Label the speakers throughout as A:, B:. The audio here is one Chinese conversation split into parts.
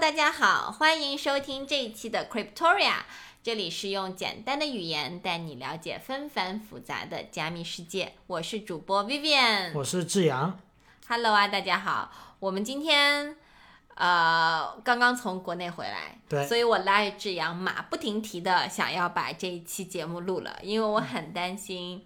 A: 大家好，欢迎收听这一期的 Cryptoria，这里是用简单的语言带你了解纷繁复杂的加密世界。我是主播 Vivian。
B: 我是志阳，
A: Hello 啊，大家好，我们今天呃刚刚从国内回来，
B: 对
A: 所以我拉着志阳马不停蹄的想要把这一期节目录了，因为我很担心。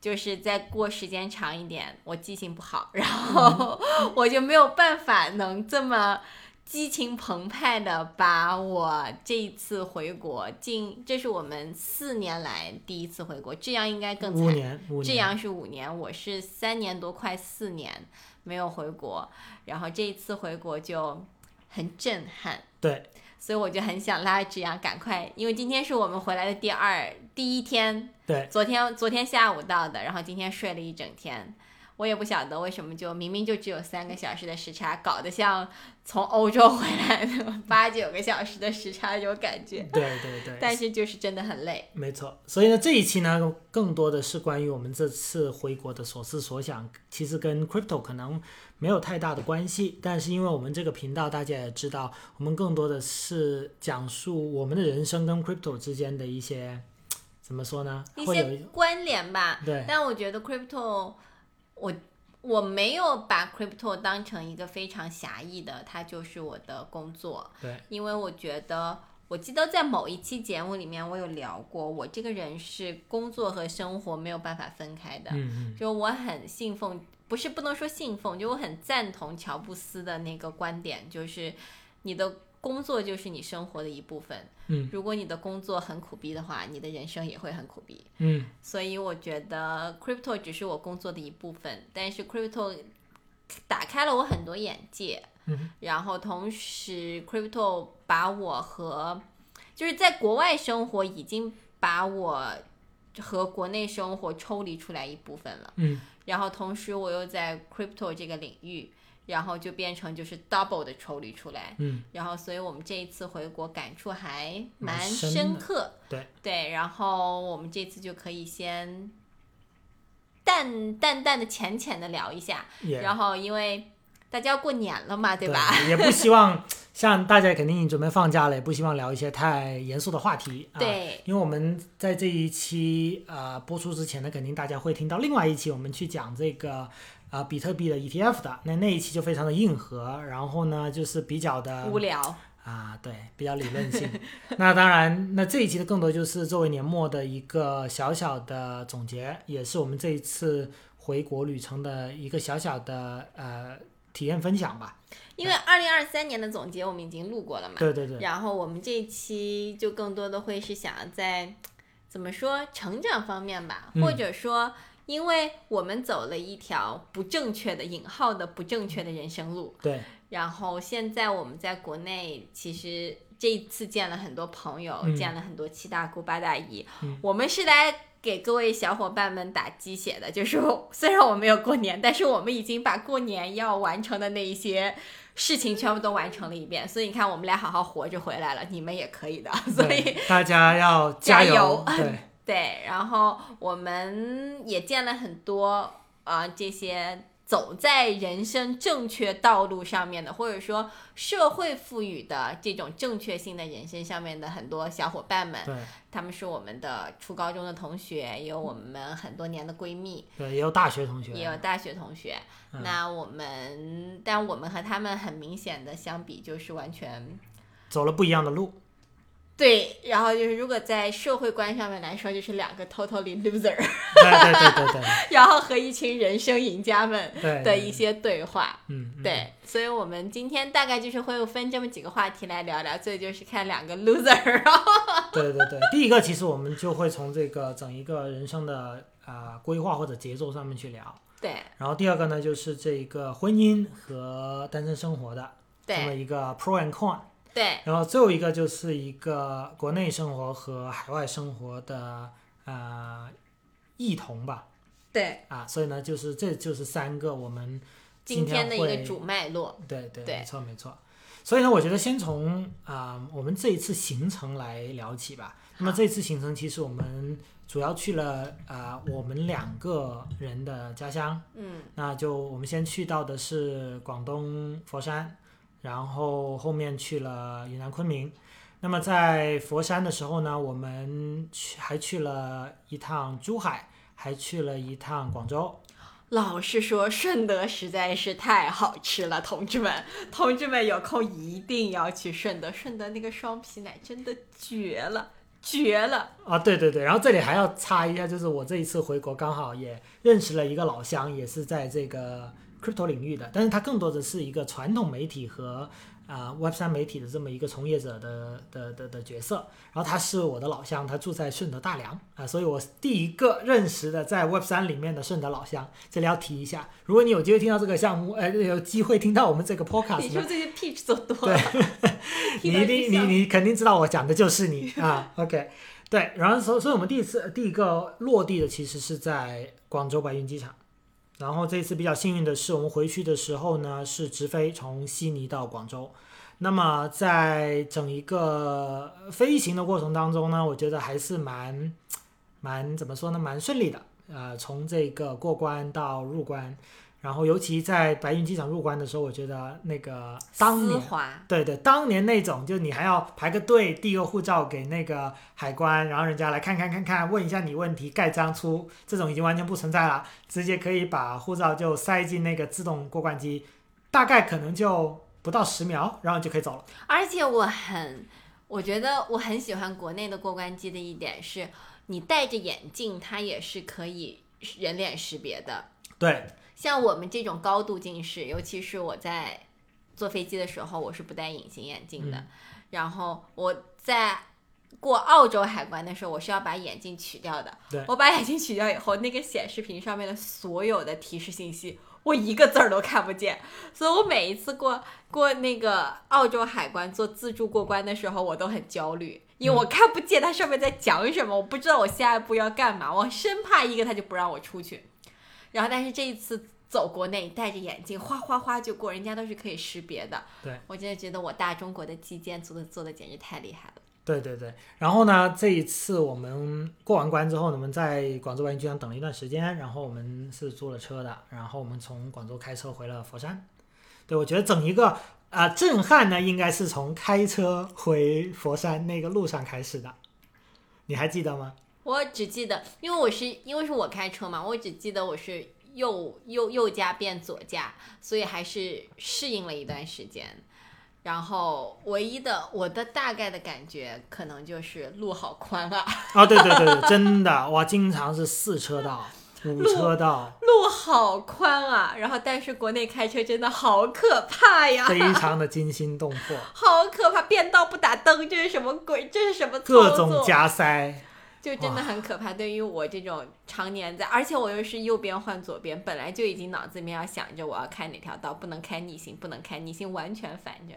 A: 就是再过时间长一点，我记性不好， 然后我就没有办法能这么激情澎湃的把我这一次回国近，这是我们四年来第一次回国，志阳应该更惨
B: 五年五
A: 这
B: 年，
A: 样是五年，我是三年多，快四年没有回国，然后这一次回国就很震撼，
B: 对，
A: 所以我就很想拉着志阳赶快，因为今天是我们回来的第二第一天，
B: 对，
A: 昨天昨天下午到的，然后今天睡了一整天。我也不晓得为什么，就明明就只有三个小时的时差，搞得像从欧洲回来的八九个小时的时差有感觉，
B: 对对对，
A: 但是就是真的很累。
B: 没错。所以呢，这一期呢，更多的是关于我们这次回国的所思所想，其实跟 crypto 可能没有太大的关系，但是因为我们这个频道大家也知道，我们更多的是讲述我们的人生跟 crypto 之间的一些怎么说呢？
A: 一
B: 会有
A: 些
B: 一
A: 关联吧。
B: 对
A: 但我觉得 crypto，我我没有把 crypto 当成一个非常狭义的，它就是我的工作，
B: 对
A: 因为我觉得。我记得在某一期节目里面，我有聊过，我这个人是工作和生活没有办法分开的，
B: 嗯嗯
A: 就我很信奉，不是不能说信奉，就我很赞同乔布斯的那个观点，就是你的工作就是你生活的一部分。
B: 嗯，
A: 如果你的工作很苦逼的话，你的人生也会很苦逼。
B: 嗯，
A: 所以我觉得 crypto 只是我工作的一部分，但是 crypto 打开了我很多眼界，
B: 嗯，
A: 然后同时 crypto 把我和就是在国外生活已经把我和国内生活抽离出来一部分了，
B: 嗯，
A: 然后同时我又在 crypto 这个领域，然后就变成就是 double 的抽离出来，
B: 嗯，
A: 然后所以我们这一次回国感触还
B: 蛮
A: 蛮
B: 深
A: 深
B: 的
A: 刻，
B: 对
A: 对，然后我们这次就可以先淡淡淡的、浅浅的聊一下。
B: 也
A: 然后因为大家要过年了嘛，对吧？？
B: 也不希望像大家肯定准备放假了，也不希望聊一些太严肃的话题。啊、
A: 对
B: 因为我们在这一期啊、呃播出之前呢，肯定大家会听到另外一期，我们去讲这个啊、呃比特币的 ETF 的，那那一期就非常的硬核，然后呢就是比较的
A: 无聊，
B: 啊，对，比较理论性。那当然，那这一期的更多就是作为年末的一个小小的总结，也是我们这一次回国旅程的一个小小的呃体验分享吧。
A: 因为二零二三年的总结我们已经录过了嘛。
B: 对对对，
A: 然后我们这一期就更多的会是想要在怎么说成长方面吧，
B: 嗯
A: 或者说。因为我们走了一条不正确的引号的不正确的人生路，
B: 对，
A: 然后现在我们在国内，其实这一次见了很多朋友，
B: 嗯
A: 见了很多七大姑八大姨。
B: 嗯
A: 我们是来给各位小伙伴们打鸡血的，就是我虽然我没有过年，但是我们已经把过年要完成的那一些事情全部都完成了一遍。所以你看，我们俩好好活着回来了，你们也可以的。 所以
B: 对大家要
A: 加
B: 油
A: 油，
B: 对，
A: 对，然后我们也见了很多啊、呃这些走在人生正确道路上面的，或者说社会赋予的这种正确性的人生上面的很多小伙伴们，
B: 对
A: 他们是我们的初高中的同学，也有我们很多年的闺蜜，
B: 对，也有大学同学，
A: 也有大学同学。
B: 嗯
A: 那我们，但我们和他们很明显的相比，就是完全
B: 走了不一样的路，
A: 对。然后就是，如果在社会观上面来说，就是两个 totally loser。
B: 对对对对
A: 然后和一群人生赢家们
B: 对对
A: 的一，些对话。
B: 嗯，嗯，
A: 对，所以我们今天大概就是会分这么几个话题来聊聊，所以就是看两个 loser，然哦后
B: 对对对，第一个其实我们就会从这个整一个人生的啊、呃规划或者节奏上面去聊，
A: 对
B: 然后第二个呢就是这个婚姻和单身生活的这
A: 对
B: 么一个 pro and con，
A: 对
B: 然后最后一个就是一个国内生活和海外生活的呃异同吧，
A: 对，
B: 啊，所以呢，就是这就是三个我们
A: 今
B: 天
A: 天的一个
B: 会
A: 主脉络，
B: 对对，
A: 对
B: 没错没错。所以呢，我觉得先从啊、我们这一次行程来聊起吧。那么
A: 好
B: 这次行程其实我们主要去了啊、我们两个人的家乡，
A: 嗯
B: 那就我们先去到的是广东佛山，然后后面去了云南昆明。那么在佛山的时候呢，我们去还去了一趟珠海，还去了一趟广州。
A: 老实说，顺德实在是太好吃了，同志们，同志们有空一定要去顺德，顺德那个双皮奶真的绝了，绝了！
B: 啊，对对对，然后这里还要插一下，就是我这一次回国刚好也认识了一个老乡，也是在这个 crypto 领域的，但是他更多的是一个传统媒体和啊、Web 三媒体的这么一个从业者的的的的角色。然后他是我的老乡，他住在顺德大良啊、所以我第一个认识的在 Web 三里面的顺德老乡，这里要提一下。如果你有机会听到这个项目，呃，有机会听到我们这个 podcast
A: 你
B: 呢
A: 说这些 peach 做多了，
B: 你
A: 听到
B: 一
A: 这
B: 定，你
A: 项
B: 你肯定知道我讲的就是你啊。OK，对，然后所以所以我们第一次第一个落地的其实是在广州白云机场，然后这次比较幸运的是，我们回去的时候呢是直飞从悉尼到广州。那么在整一个飞行的过程当中呢，我觉得还是蛮蛮怎么说呢，蛮顺利的。呃，从这个过关到入关，然后尤其在白云机场入关的时候，我觉得那个当
A: 丝
B: 年
A: 滑，
B: 对对，当年那种，就你还要排个队递个护照给那个海关，然后人家来看看看看，问一下你问题，盖章出，这种已经完全不存在了，直接可以把护照就塞进那个自动过关机，大概可能就不到十秒，然后就可以走了。
A: 而且我很，我觉得我很喜欢国内的过关机的一点是，你戴着眼镜，它也是可以人脸识别的。
B: 对，
A: 像我们这种高度近视，尤其是我在坐飞机的时候，我是不戴隐形眼镜的。然后我在过澳洲海关的时候，我是要把眼镜取掉的
B: 对。
A: 我把眼镜取掉以后，那个显示屏上面的所有的提示信息。我一个字儿都看不见，所以我每一次过过那个澳洲海关做自助过关的时候，我都很焦虑，因为我看不见它上面在讲什么，我不知道我下一步要干嘛，我生怕一个他就不让我出去。然后，但是这一次走国内，戴着眼镜哗哗哗就过，人家都是可以识别的。
B: 对，
A: 我真的觉得我大中国的基建做的做的简直太厉害了。
B: 对对对，然后呢，这一次我们过完关之后，我们在广州白云机场等了一段时间，然后我们是租了车的，然后我们从广州开车回了佛山。对，我觉得整一个啊、震撼呢，应该是从开车回佛山那个路上开始的，你还记得吗？
A: 我只记得，因为我是因为是我开车嘛，我只记得我是右右右驾变左驾，所以还是适应了一段时间。然后唯一的我的大概的感觉，可能就是路好宽啊，
B: 啊、对对对对，真的哇，经常是四车道、五车道，
A: 路好宽啊。然后但是国内开车真的好可怕呀，
B: 非常的惊心动魄，
A: 好可怕！变道不打灯，这是什么鬼？这是什么
B: 各
A: 操
B: 种
A: 作？
B: 加塞。
A: 就真的很可怕。对于我这种常年在，而且我又是右边换左边，本来就已经脑子里面要想着我要开哪条道，不能开逆行，不能开逆行，完全反着。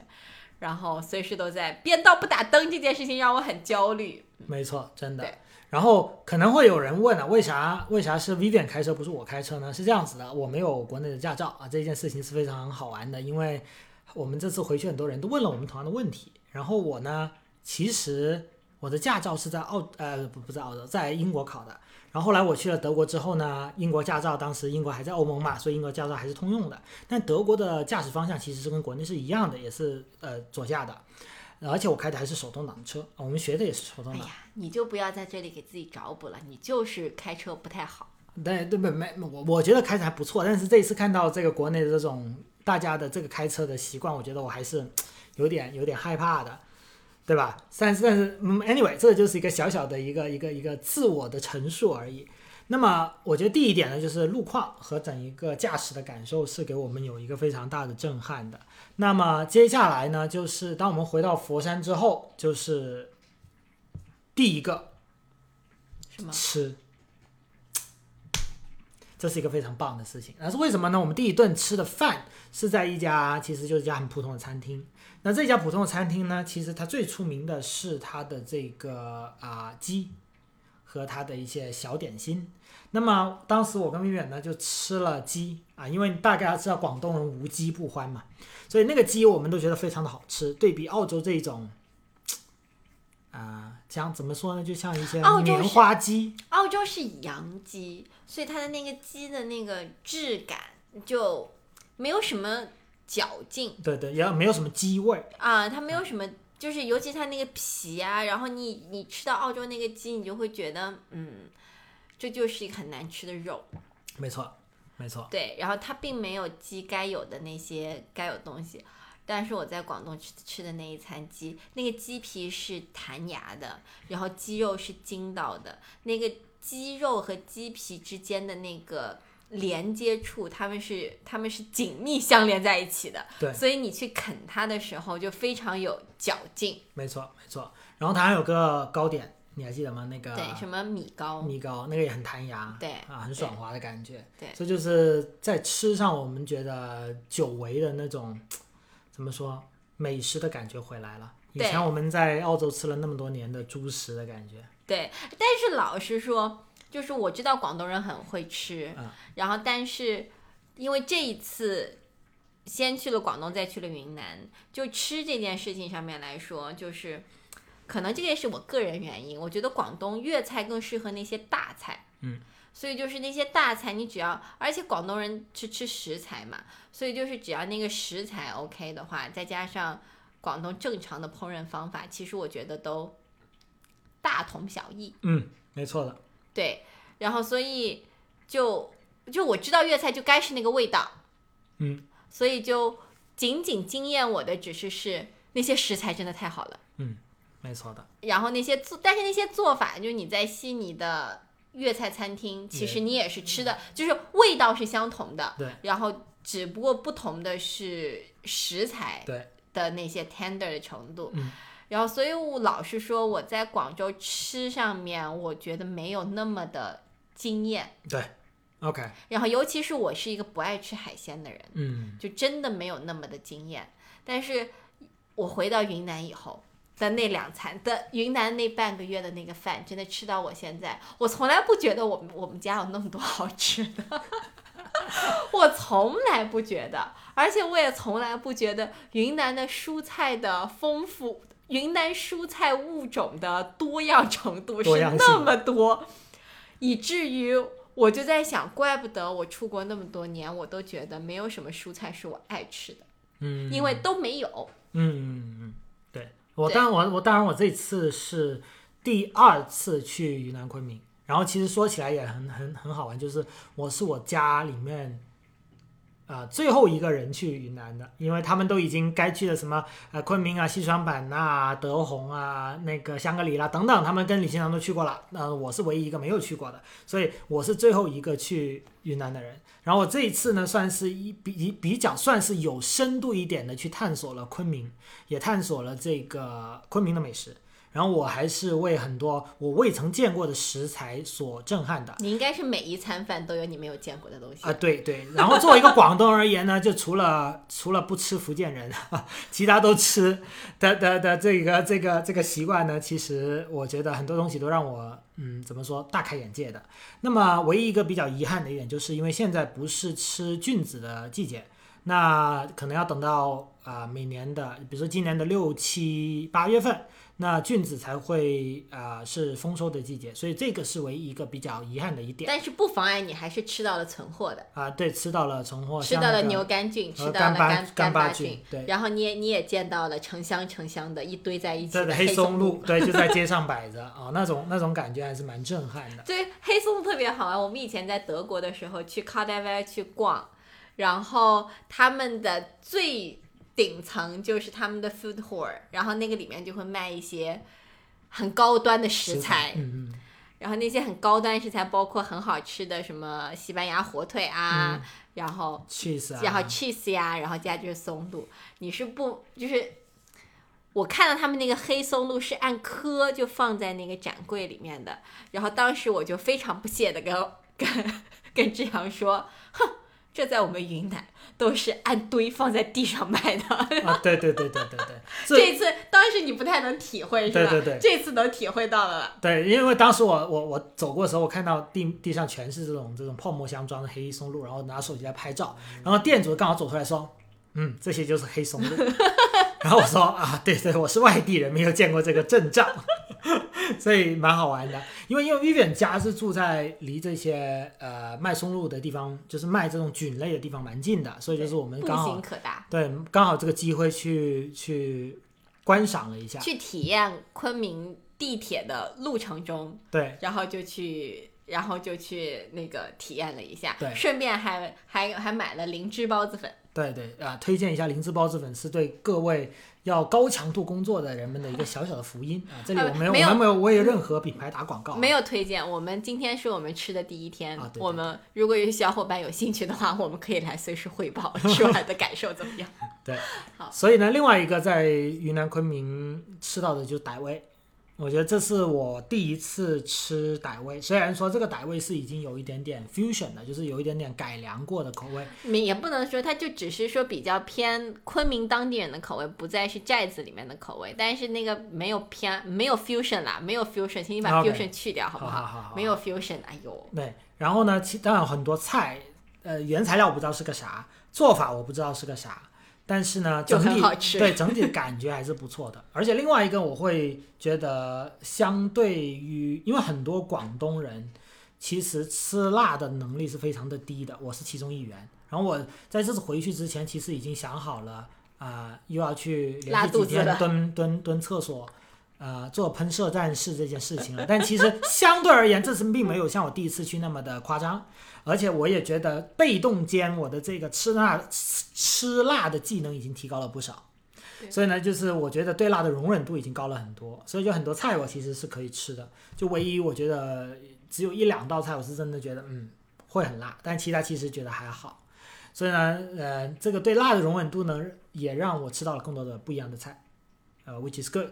A: 然后随时都在变道不打灯这件事情让我很焦虑。
B: 没错，真的
A: 对。
B: 然后可能会有人问啊，为啥为啥是 Vivian 开车不是我开车呢？是这样子的，我没有国内的驾照啊，这件事情是非常好玩的，因为我们这次回去很多人都问了我们同样的问题。然后我呢，其实我的驾照是在澳呃不不在澳洲，在英国考的。然后后来我去了德国之后呢，英国驾照当时英国还在欧盟嘛，所以英国驾照还是通用的。但德国的驾驶方向其实是跟国内是一样的，也是呃左驾的，而且我开的还是手动挡车，啊我们学的也是手动
A: 哎
B: 挡。
A: 呀，你就不要在这里给自己找补了，你就是开车不太好。
B: 对对不没我我觉得开车还不错，但是这一次看到这个国内的这种大家的这个开车的习惯，我觉得我还是有点有点害怕的，对吧？但是但是嗯，anyway，这就是一个小小的一个一个一个自我的陈述而已。那么我觉得第一点呢，就是路况和整一个驾驶的感受是给我们有一个非常大的震撼的。那么接下来呢，就是当我们回到佛山之后，就是第一个
A: 是吗？
B: 吃，这是一个非常棒的事情。那是为什么呢？我们第一顿吃的饭是在一家其实就是一家很普通的餐厅。那这家普通的餐厅呢，其实它最出名的是它的这个啊、鸡和它的一些小点心。那么当时我跟薇远呢就吃了鸡啊，因为大家知道广东人无鸡不欢嘛，所以那个鸡我们都觉得非常的好吃。对比澳洲这一种。啊，像怎么说呢？就像一些
A: 澳洲是
B: 棉花鸡，
A: 澳洲是洋鸡，所以它的那个鸡的那个质感就没有什么嚼劲
B: 对对，也没有什么鸡味儿。
A: 啊，它没有什么，就是尤其它那个皮啊，然后你你吃到澳洲那个鸡，你就会觉得，嗯，这就是一个很难吃的肉。
B: 没错，没错。
A: 对，然后它并没有鸡该有的那些该有的东西。但是我在广东吃吃的那一餐鸡，那个鸡皮是弹牙的，然后鸡肉是筋道的，那个鸡肉和鸡皮之间的那个连接处，它们是它们是紧密相连在一起的。
B: 对
A: 所以你去啃它的时候就非常有嚼劲。
B: 没错，没错。然后它还有个糕点，你还记得吗？那个
A: 对，什么米糕，
B: 米糕，那个也很弹牙，
A: 对
B: 啊，很爽滑的感觉。
A: 对
B: 这就是在吃上我们觉得久违的那种，怎么说美食的感觉回来了。以
A: 对
B: 前我们在澳洲吃了那么多年的猪食的感觉，
A: 对。但是老实说，就是我知道广东人很会吃，
B: 嗯
A: 然后但是因为这一次先去了广东，再去了云南，就吃这件事情上面来说，就是可能这个也是我个人原因，我觉得广东粤菜更适合那些大菜，
B: 嗯。
A: 所以就是那些大菜，你只要，而且广东人吃吃食材嘛，所以就是只要那个食材 OK 的话，再加上广东正常的烹饪方法，其实我觉得都大同小异。
B: 嗯，没错的，
A: 对，然后所以就就我知道粤菜就该是那个味道，
B: 嗯，
A: 所以就仅仅惊艳我的只是是那些食材真的太好了，
B: 没错的，
A: 然后那些做，但是那些做法，就你在悉尼的粤菜餐厅，其实你也是吃的，就是味道是相同的，
B: 嗯对，
A: 然后只不过不同的是食材
B: 对
A: 的那些 tender 的程度。
B: 嗯
A: 然后，所以我老实说，我在广州吃上面，我觉得没有那么的惊艳。
B: 对，OK，
A: 然后，尤其是我是一个不爱吃海鲜的人，
B: 嗯，
A: 就真的没有那么的惊艳。但是，我回到云南以后的那两餐的云南那半个月的那个饭，真的吃到我现在，我从来不觉得我们我们家有那么多好吃的， 我从来不觉得，而且我也从来不觉得云南的蔬菜的丰富。云南蔬菜物种的多样程度是
B: 多样性
A: 那么多，以至于我就在想，怪不得我出国那么多年，我都觉得没有什么蔬菜是我爱吃的，
B: 嗯，
A: 因为都没有。
B: 嗯，嗯，对我
A: 对
B: 当然我我当然我这次是第二次去云南昆明，然后其实说起来也很很很好玩，就是我是我家里面。啊、最后一个人去云南的，因为他们都已经该去的什么呃昆明啊、西双版纳、啊、德宏啊、那个香格里拉等等，他们跟旅行团都去过了。那、我是唯一一个没有去过的，所以我是最后一个去云南的人。然后我这一次呢，算是一比比比较算是有深度一点的去探索了昆明，也探索了这个昆明的美食。然后我还是为很多我未曾见过的食材所震撼的。
A: 你应该是每一餐饭都有你没有见过的东西。
B: 啊，对对。然后作为一个广东人而言呢，就除了除了不吃福建人， 其他都吃的的的这个这个这个习惯呢，其实我觉得很多东西都让我嗯怎么说大开眼界的。那么唯一一个比较遗憾的一点，就是因为现在不是吃菌子的季节，那可能要等到啊、每年的，比如说今年的六七八月份。那菌子才会啊、是丰收的季节，所以这个是唯一一个比较遗憾的一点
A: 但是不妨碍你还是吃到了存货的，
B: 啊、对，吃到了存货，
A: 吃
B: 哦像
A: 到
B: 那
A: 了
B: 个
A: 牛肝菌，吃
B: 呃
A: 到
B: 干
A: 了
B: 巴
A: 干
B: 干
A: 巴
B: 巴菌对
A: 然后你也你也见到了成箱成箱的一堆在一起
B: 对
A: 的
B: 的，
A: 黑
B: 黑松
A: 露。
B: 露， 对，就在街上摆着啊、那种那种感觉还是蛮震撼的。
A: 对，黑松露特别好玩。啊我们以前在德国的时候去 c a r d i v 去逛，然后他们的最顶层就是他们的 food hall，然后那个里面就会卖一些很高端的食材，
B: 嗯嗯，
A: 然后那些很高端食材包括很好吃的什么西班牙火腿啊，然后
B: ，cheese 嗯啊，
A: 然后 cheese 呀、然后加就是松露，你是不就是？我看到他们那个黑松露是按颗就放在那个展柜里面的，然后当时我就非常不屑的跟 跟跟志阳说，哼，这在我们云南都是按堆放在地上卖的。
B: 啊，对对对对对对， 这
A: 这次当时你不太能体会是吧？
B: 对对对
A: 这次能体会到了吧？
B: 对，因为当时我我我走过的时候，我看到地地上全是这种这种泡沫箱装的黑松露，然后拿手机来拍照，
A: 嗯
B: 然后店主刚好走出来说，嗯，这 些就是黑松露，然后我说啊，对对，我是外地人，没有见过这个阵仗， 所以蛮好玩的。因为因为 Vivian 家是住在离这些呃卖松露的地方，就是卖这种菌类的地方蛮近的，所以就是我们
A: 步
B: 刚好
A: 行可达，
B: 对刚好这个机会去去观赏了一下，
A: 去体验昆明地铁的路程中，
B: 对
A: 然后就去。然后就去那个体验了一下，
B: 对
A: 顺便还还还买了灵芝包子粉，
B: 对对啊、推荐一下灵芝包子粉是对各位要高强度工作的人们的一个小小的福音啊、这里
A: 呃
B: 我没有
A: 没有
B: 我们没有为任何品牌打广告啊，
A: 没有推荐。我们今天是我们吃的第一天，
B: 啊对对
A: 我们如果有小伙伴有兴趣的话，我 们可以来随时汇报吃完的感受怎 么样。
B: 所以呢，另外一个在云南昆明吃到的就是傣味，我觉得这是我第一次吃傣味。虽然说这个傣味是已经有一点点 fusion 的，就是有一点点改良过的口味，
A: 你也不能说它就只是说比较偏昆明当地人的口味，不再是寨子里面的口味，但是那个没有偏没有 fusion 啦，没有 fusion，请你把
B: OK
A: fusion 去掉好不
B: 啊好好好
A: 没有 fusion，哎呦，
B: 对，然后呢，其当然很多菜，呃，原材料我不知道是个啥，做法我不知道是个啥，但是呢，
A: 就
B: 整
A: 很
B: 体
A: 好吃
B: 对整体的感觉还是不错的。而且另外一个，我会觉得相对于，因为很多广东人其实吃辣的能力是非常的低的，我是其中一员。然后我在这次回去之前，其实已经想好了啊、又要去连
A: 拉
B: 续
A: 肚子
B: 几天
A: 了
B: 蹲蹲蹲厕所，呃，做喷射战士这件事情了。但其实相对而言，这次并没有像我第一次去那么的夸张，而且我也觉得被动间我的这个吃辣吃吃辣的技能已经提高了不少。
A: 对
B: 所以呢，就是我觉得对辣的容忍度已经高了很多，所以就很多菜我其实是可以吃的。就唯一我觉得只有一两道菜我是真的觉得嗯会很辣，但其他其实觉得还好。所以呢，呃，这个对辣的容忍度呢，也让我吃到了更多的不一样的菜，呃，which is good。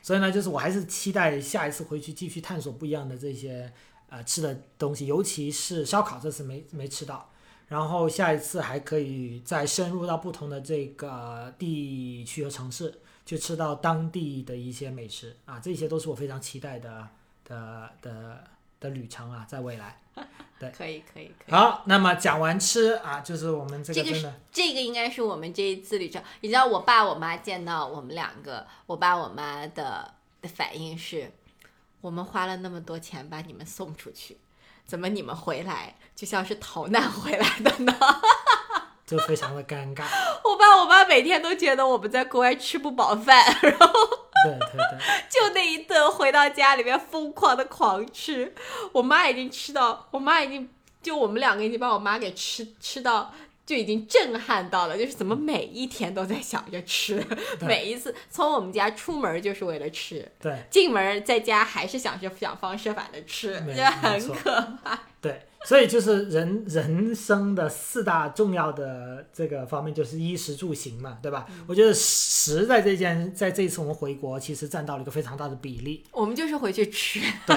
B: 所以呢，就是我还是期待下一次回去继续探索不一样的这些呃吃的东西，尤其是烧烤，这次没没吃到。然后下一次还可以再深入到不同的这个地区和城市，去吃到当地的一些美食啊，这些都是我非常期待的的的的旅程啊，在未来。对
A: 可以可以可以。
B: 好，那么讲完吃啊，就是我们这个
A: 这个
B: 真的
A: 这个应该是我们这一次旅程。你知道，我爸我妈见到我们两个，我爸我妈的的反应是：我们花了那么多钱把你们送出去，怎么你们回来就像是逃难回来的呢？
B: 就非常的尴尬。
A: 我爸我妈每天都觉得我们在国外吃不饱饭，然后
B: 对对对。
A: 就那一顿回到家里面疯狂的狂吃。我妈已经吃到，我妈已经就我们两个已经把我妈给吃吃到。就已经震撼到了，就是怎么每一天都在想着吃，
B: 对
A: 每一次从我们家出门就是为了吃，
B: 对
A: 进门在家还是想着想方设法的吃，
B: 没
A: 就
B: 没
A: 很
B: 错
A: 可怕。
B: 对，所以就是人 人生的四大重要的这个方面就是衣食住行嘛，对吧？我觉得食在这件在这一次我们回国其实占到了一个非常大的比例。
A: 我们就是回去吃，
B: 对，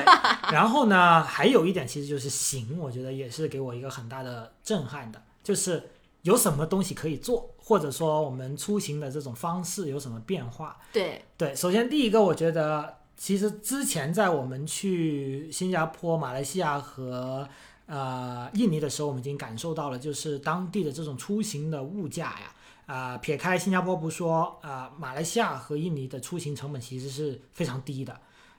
B: 然后呢，还有一点其实就是行，我觉得也是给我一个很大的震撼的，就是有什么东西可以做，或者说我们出行的这种方式有什么变化。
A: 对，
B: 对，首先第一个，我觉得其实之前在我们去新加坡、马来西亚和呃印尼的时候，我们已经感受到了，就是当地的这种出行的物价呀，啊、撇开新加坡不说，啊、马来西亚和印尼的出行成本其实是非常低的，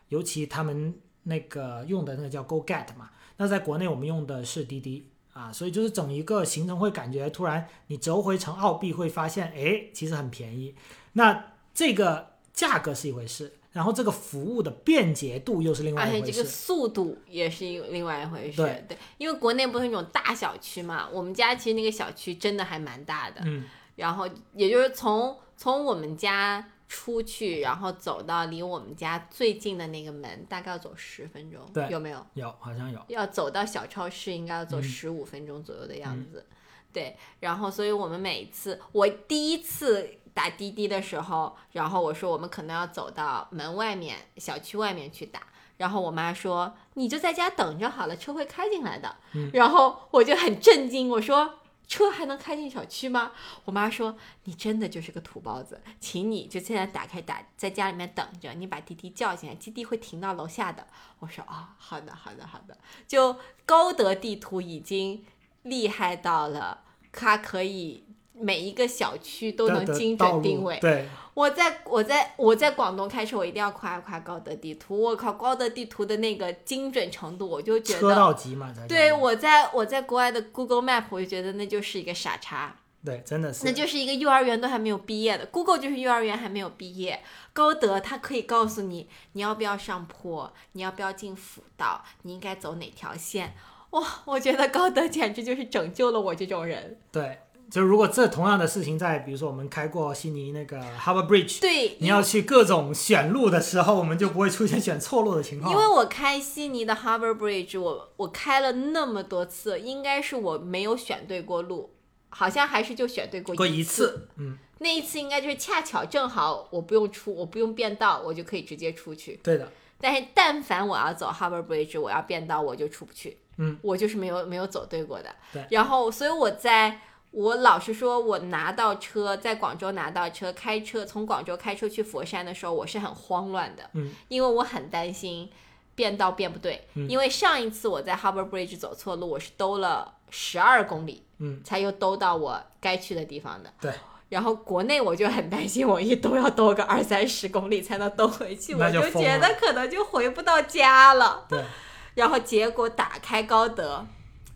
B: 尤其他们那个用的那个叫 GoGet 嘛，那在国内我们用的是滴滴。啊，所以就是整一个行程会感觉突然你折回成澳币会发现，哎，其实很便宜。那这个价格是一回事，然后这个服务的便捷度又是另外
A: 而
B: 一
A: 且
B: 回
A: 这
B: 事。
A: 个速度也是一另外一回事。
B: 对
A: 因为国内不是那种大小区嘛，我们家其实那个小区真的还蛮大的，
B: 嗯，
A: 然后也就是从从我们家出去，然后走到离我们家最近的那个门，大概要走十分钟，
B: 对
A: 有没有？
B: 有好像有，
A: 要走到小超市，应该要走
B: 嗯
A: 十五分钟左右的样子。对，然后所以我们每一次，我第一次打滴滴的时候，然后我说我们可能要走到门外面、小区外面去打。然后我妈说：“你就在家等着好了，车会开进来的。然后我就很震惊，我说：“车还能开进小区吗？”我妈说：“你真的就是个土包子，请你就现在打开打，在家里面等着，你把滴滴叫进来，滴滴会停到楼下的。”我说：“啊、好的，好的，好的。”就高德地图已经厉害到了，它可以每一个小区都
B: 它
A: 能
B: 的
A: 精
B: 道
A: 准
B: 路
A: 定位。
B: 对
A: 我在我在我在广东开车，我一定要夸一夸高德地图。我靠，高德地图的那个精准程度，我就觉
B: 车
A: 得，
B: 到级嘛，才
A: 对
B: 叫
A: 我在我在国外的 Google Map，我就觉得那就是一个傻叉，
B: 对，真的是
A: 那就是一个幼儿园都还没有毕业的。Google 就是幼儿园还没有毕业，高德它可以告诉你你要不要上坡，你要不要进辅导，你应该走哪条线。哇，我觉得高德简直就是拯救了我这种人。
B: 对。就如果这同样的事情在，比如说我们开过悉尼那个 Harbour Bridge，
A: 对，
B: 你要去各种选路的时候，我们就不会出现选错路的情况
A: 因。为我开悉尼的 Harbour Bridge，我我开了那么多次，应该是我没有选对过路，好像还是就选对过
B: 过
A: 一
B: 一次，嗯，
A: 那一次应该就是恰巧正好我不用出，我不用变道，我就可以直接出去。
B: 对的，
A: 但是但凡我要走 Harbour Bridge，我要变道我就出不去。
B: 嗯，
A: 我就是没有没有走对过的。
B: 对
A: 然后所以我在我老实说，我拿到车在广州拿到车，开车从广州开车去佛山的时候，我是很慌乱的。
B: 嗯，
A: 因为我很担心变道变不对，
B: 嗯
A: 因为上一次我在 Harbour Bridge 走错路，我是兜了十二公里
B: 嗯，
A: 才又兜到我该去的地方的。
B: 对。
A: 然后国内我就很担心，我一兜要兜个二三十公里才能兜回去，我
B: 那就
A: 就
B: 疯
A: 觉
B: 了
A: 得可能就回不到家了。
B: 对，
A: 然后结果打开高德，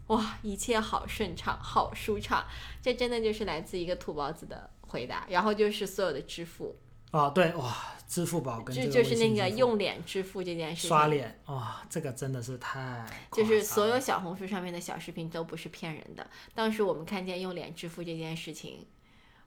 A: 哇，一切好顺畅，好舒畅。这真的就是来自一个土包子的回答。然后就是所有的支付，
B: 哦，对，哇，支付宝跟
A: 就
B: 这
A: 就
B: 微
A: 是
B: 信
A: 那个
B: 支付
A: 用脸支付这件事
B: 刷
A: 情，
B: 脸，哇，这个真的是太夸
A: 就
B: 张了
A: 是所有小红书上面的小视频都不是骗人的。当时我们看见用脸支付这件事情，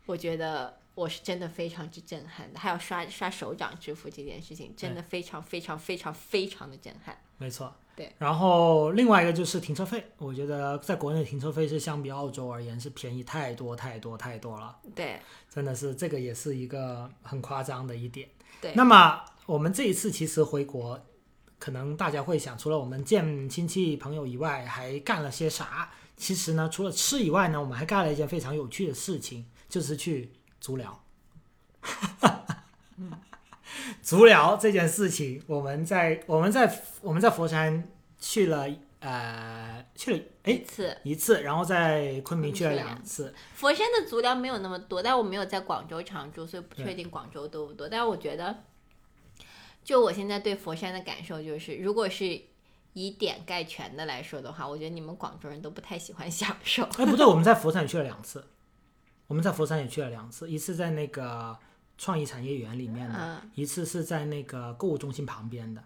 A: 我觉得。我是真的非常之震撼的，还有刷刷手掌支付这件事情，真的非常非常非常非常的震撼。
B: 没错，
A: 对。
B: 然后另外一个就是停车费，我觉得在国内停车费是相比澳洲而言是便宜太多太多太多了，
A: 对，
B: 真的是这个也是一个很夸张的一点。
A: 对
B: 那么我们这一次其实回国，可能大家会想，除了我们见亲戚朋友以外，还干了些啥？其实呢，除了吃以外呢，我们还干了一件非常有趣的事情，就是去足疗。足疗这件事情，我们在我们在我们在佛山去了呃去了哎
A: 一次
B: 一次，然后在昆明
A: 昆明去
B: 去了
A: 了两
B: 两次，
A: 佛山的足疗没有那么多，但我没有在广州常住，所以不
B: 对
A: 确定广州多不多。但我觉得，就我现在对佛山的感受就是，如果是以点盖全的来说的话，我觉得你们广州人都不太喜欢享受。
B: 哎，不对，我们在佛山也去了两次，我们在佛山也去了两次，一次在那个创意产业园里面的，
A: 嗯，
B: 一次是在那个购物中心旁边的。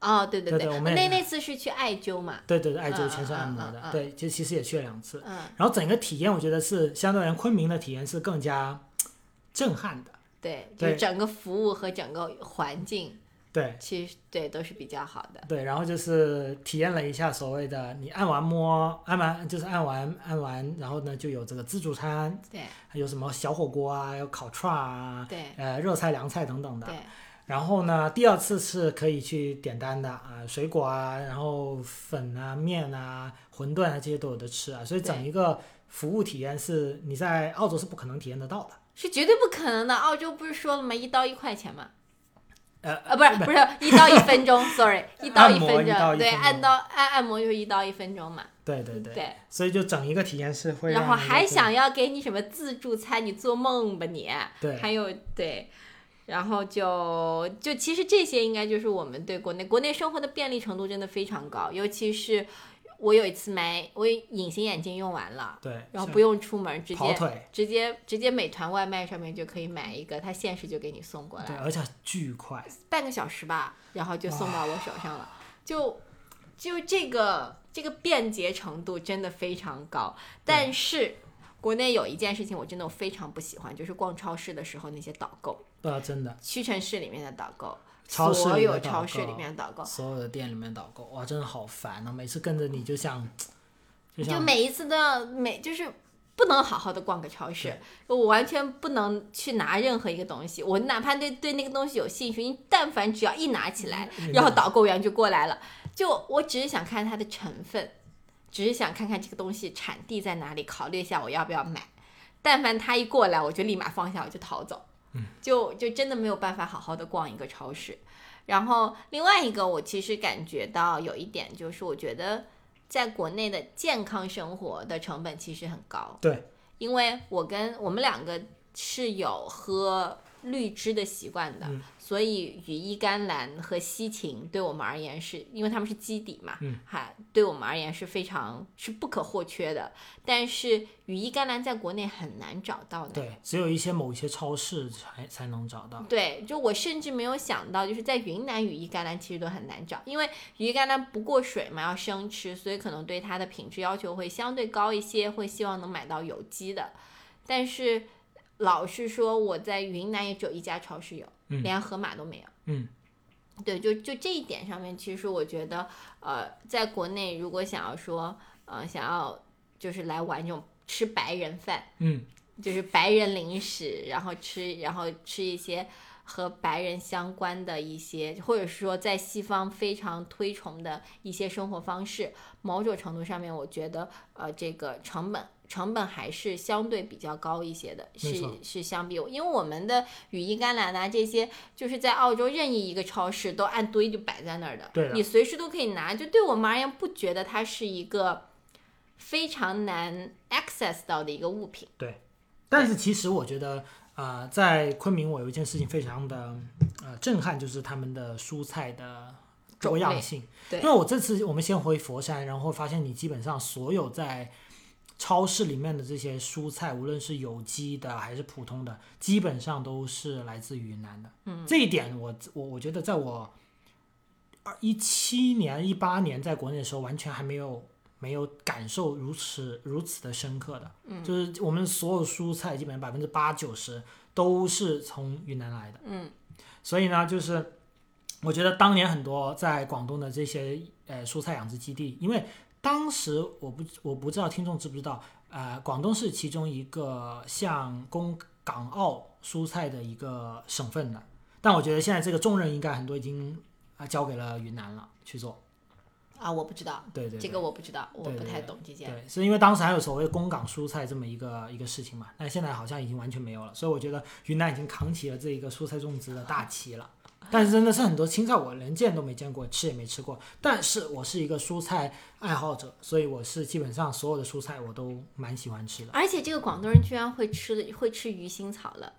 A: 哦，对对
B: 对对我们也
A: 那
B: 是
A: 那次是去艾灸嘛，
B: 对对对，艾
A: 嗯
B: 灸全身按摩
A: 嗯嗯嗯
B: 的，对，就其实也去了两次。
A: 嗯，
B: 然后整个体验，我觉得是相对而言，昆明的体验是更加震撼的。
A: 对，就
B: 对
A: 是整个服务和整个环境，
B: 对
A: 其实对都是比较好的。
B: 对，然后就是体验了一下所谓的你按完摸，按完就是按完按完，然后呢就有这个自助餐，
A: 对
B: 还有什么小火锅啊，有烤串啊，
A: 对
B: 呃热菜凉菜等等的。
A: 对，
B: 然后呢，第二次是可以去点单的啊，水果啊，然后粉啊、面啊、馄饨啊这些都有的吃啊，所以整
A: 对
B: 一个服务体验是你在澳洲是不可能体验得到的。
A: 是绝对不可能的。澳洲不是说了吗？一刀一块钱嘛。
B: 呃，
A: 啊，不是不是，一刀一分 钟，sorry，一刀
B: 按摩
A: 分
B: 一
A: 钟，
B: 刀一
A: 对，
B: 分
A: 按
B: 钟
A: 刀按按摩就是一刀一分钟嘛，
B: 对对对，
A: 嗯对。
B: 所以就整一个体验是会让
A: 然后
B: 你
A: 还
B: 觉得
A: 想要给你什么自助餐，你做梦吧你。
B: 对
A: 还有对，然后就就其实这些应该就是我们对国内国内生活的便利程度真的非常高，尤其是我有一次买我隐形眼镜用完了，
B: 对，
A: 然后
B: 像
A: 不用出门，直
B: 跑
A: 接
B: 腿，
A: 直接直接美团外卖上面就可以买一个，它限时就给你送过来
B: 对，。而且巨快，
A: 半个小时吧，然后就送到我手上了。就就这个这个便捷程度真的非常高，但是。国内有一件事情我真的我非常不喜欢，就是逛超市的时候那些导购，
B: 呃，真的，
A: 屈臣氏里面的导购，
B: 超市里
A: 所
B: 的
A: 有
B: 导
A: 超市
B: 购
A: 里面的导购，
B: 所有的店里面导购，哇，真的好烦啊！每次跟着你就像，就
A: 就
B: 像
A: 每一次的每就是不能好好的逛个超市，我完全不能去拿任何一个东西，我哪怕对对那个东西有兴趣，你但凡只要一拿起来，
B: 嗯
A: 然后导购员就过来了，就我只是想看它的成分，只是想看看这个东西产地在哪里，考虑一下我要不要买。但凡他一过来，我就立马放下，我就逃走，
B: 嗯
A: 就就真的没有办法好好的逛一个超市。然后另外一个，我其实感觉到有一点就是，我觉得在国内的健康生活的成本其实很高，
B: 对
A: 因为我跟我们两个是有喝绿枝的习惯的，
B: 嗯
A: 所以羽衣甘蓝和西芹对我们而言是因为它们是基底嘛，
B: 嗯
A: 还对我们而言是非常是不可或缺的。但是羽衣甘蓝在国内很难找到的。
B: 对，只有一些某些超市才才能找到。
A: 对，就我甚至没有想到，就是在云南羽衣甘蓝其实都很难找，因为羽衣甘蓝不过水嘛，要生吃，所以可能对它的品质要求会相对高一些，会希望能买到有机的。但是老实说，我在云南也只有一家超市有，
B: 嗯
A: 连盒马都没有。
B: 嗯，
A: 对，就就这一点上面，其实我觉得，呃，在国内如果想要说，呃，想要就是来玩这种吃白人饭。
B: 嗯，
A: 就是白人零食，然后吃，然后吃一些和白人相关的一些，或者说在西方非常推崇的一些生活方式。某种程度上面，我觉得呃，这个成本成本还是相对比较高一些的，
B: 没
A: 是
B: 错
A: 是相比，因为我们的羽衣甘蓝啊这些，就是在澳洲任意一个超市都按堆就摆在那儿的，
B: 对的
A: 你随时都可以拿。就对我们而言，不觉得它是一个非常难 access 到的一个物品。
B: 但是其实我觉得，呃，在昆明我有一件事情非常的呃震撼，就是他们的蔬菜的
A: 种
B: 多
A: 类
B: 样性。
A: 对
B: 因为我这次我们先回佛山，然后发现你基本上所有在超市里面的这些蔬菜，无论是有机的还是普通的，基本上都是来自云南的。嗯，这一点我我我觉得在我一七年、一八年在国内的时候，完全还没有没有感受如此如此的深刻的。嗯，就是我们所有蔬菜基本上百分之八九十都是从云南来的。嗯，所以呢，就是我觉得当年很多在广东的这些呃蔬菜养殖基地，因为当时我不我不知道听众知不知道，呃，广东是其中一个向供港澳蔬菜的一个省份的，但我觉得现在这个重任应该很多已经啊、交给了云南了去做。
A: 啊，我不知道，
B: 对对对
A: 这个我不知道，我
B: 对
A: 不
B: 对
A: 太
B: 对
A: 懂这件。
B: 对，是因为当时还有所谓供港蔬菜这么一个一个事情嘛，但现在好像已经完全没有了，所以我觉得云南已经扛起了这一个蔬菜种植的大旗了。但是真的是很多青菜我连见都没见过，吃也没吃过。但是我是一个蔬菜爱好者，所以我是基本上所有的蔬菜我都蛮喜欢吃的。
A: 而且这个广东人居然会吃的会吃鱼腥草了，
B: 哦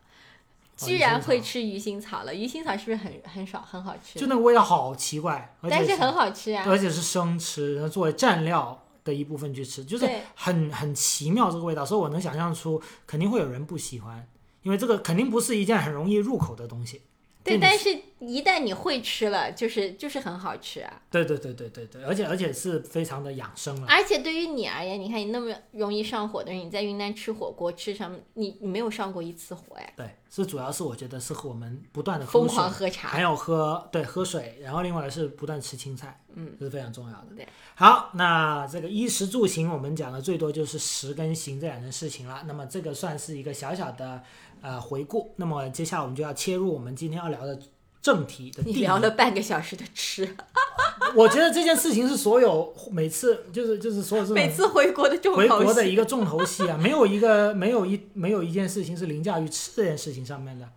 A: 居然会吃鱼腥草了。鱼腥草是不是很很少很好
B: 就
A: 吃？
B: 那个味道好奇怪，而
A: 但
B: 且
A: 是很好吃啊。
B: 而且是生吃，然后作为蘸料的一部分去吃，就是
A: 对
B: 很很奇妙这个味道，所以我能想象出肯定会有人不喜欢，因为这个肯定不是一件很容易入口的东西。
A: 对，
B: 你
A: 但是一旦你会吃了，就是就是很好吃啊。
B: 对对对对对对，而且而且是非常的养生了。
A: 而且对于你而言，你看你那么容易上火的人，你在云南吃火锅吃什么？你你没有上过一次火哎，
B: 对，是主要是我觉得是和我们不断的
A: 疯狂喝
B: 还
A: 茶。
B: 有喝对喝水，然后另外是不断吃青菜，嗯，这是非常重要的。
A: 对，
B: 好，那这个衣食住行我们讲的最多就是食跟行这两件事情了。那么这个算是一个小小的呃回顾。那么接下来我们就要切入我们今天要聊的正题的
A: 你
B: 第一。
A: 聊了半个小时的吃，
B: 我觉得这件事情是所有每次就是就是所有这种
A: 每次回国的重
B: 回
A: 头
B: 国的
A: 戏。
B: 一个重头戏啊，没有一个没有一没有一件事情是凌驾于吃这件事情上面的，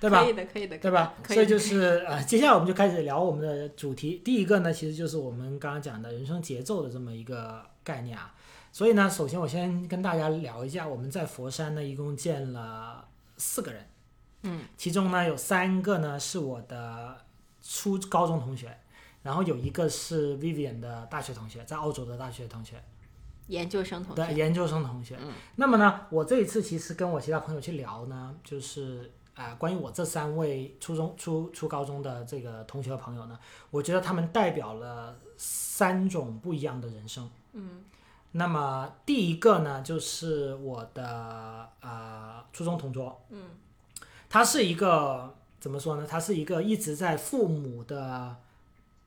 B: 对吧
A: 可？以的，可以的，可以的
B: 对吧？
A: 可以
B: 所以
A: 的
B: 就是呃，接下来我们就开始聊我们的主题。第一个呢，其实就是我们刚刚讲的人生节奏的这么一个概念啊。所以呢，首先我先跟大家聊一下，我们在佛山呢一共见了四个人，
A: 嗯，
B: 其中呢有三个呢是我的初高中同学，然后有一个是 Vivian 的大学同学，在澳洲的大学同学。
A: 研究生同
B: 对
A: 学，嗯
B: 研究生同学。那么呢，我这一次其实跟我其他朋友去聊呢，就是啊、呃关于我这三位初中、初初高中的这个同学和朋友呢，我觉得他们代表了三种不一样的人生。
A: 嗯
B: 那么第一个呢，就是我的呃初中同桌，
A: 嗯。
B: 他是一个怎么说呢？他是一个一直在父母的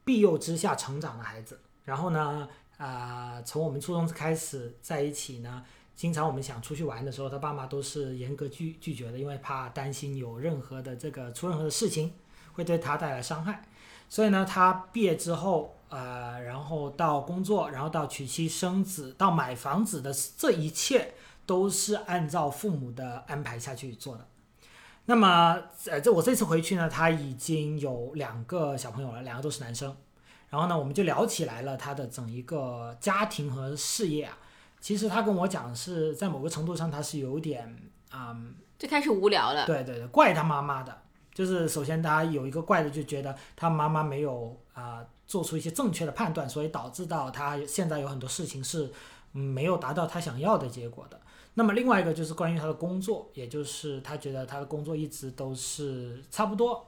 B: 庇佑之下成长的孩子。然后呢，呃，从我们初中开始在一起呢，经常我们想出去玩的时候，他爸妈都是严格拒拒绝的，因为怕担心有任何的这个出任何的事情会对他带来伤害。所以呢，他毕业之后，呃，然后到工作，然后到娶妻生子，到买房子的这一切，都是按照父母的安排下去做的。那么，呃，这我这次回去呢，他已经有两个小朋友了，两个都是男生。然后呢，我们就聊起来了他的整一个家庭和事业啊。其实他跟我讲是在某个程度上，他是有点，嗯，
A: 就开始无聊了。
B: 对对对，怪他妈妈的，就是首先他有一个怪的，就觉得他妈妈没有啊、做出一些正确的判断，所以导致到他现在有很多事情是嗯没有达到他想要的结果的。那么另外一个就是关于他的工作，也就是他觉得他的工作一直都是差不多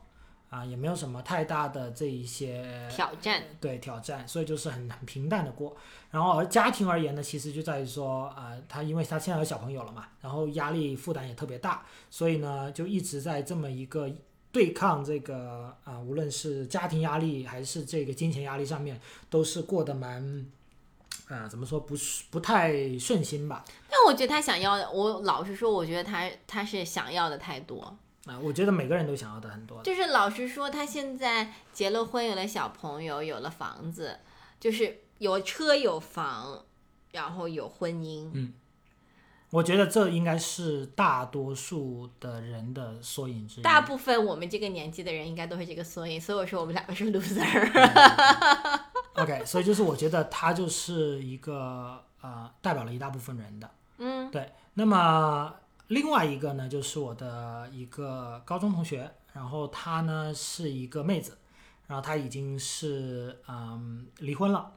B: 啊、也没有什么太大的这一些
A: 挑战，
B: 对挑战，所以就是很很平淡的过。然后而家庭而言呢，其实就在于说，呃，他因为他现在有小朋友了嘛，然后压力负担也特别大，所以呢就一直在这么一个对抗这个啊、无论是家庭压力还是这个金钱压力上面，都是过得蛮，啊、怎么说不是不太顺心吧？
A: 但我觉得他想要的，我老实说，我觉得他他是想要的太多。
B: 啊、我觉得每个人都想要的很多的，
A: 就是老实说，他现在结了婚，有了小朋友，有了房子，就是有车有房，然后有婚姻。
B: 我觉得这应该是大多数的人的缩影之一。
A: 大部分我们这个年纪的人应该都是这个缩影，所以我说我们两个是 loser。
B: OK，所以就是我觉得他就是一个呃，代表了一大部分人的。
A: 嗯，
B: 对。那么另外一个呢，就是我的一个高中同学，然后她呢是一个妹子，然后她已经是嗯离婚了，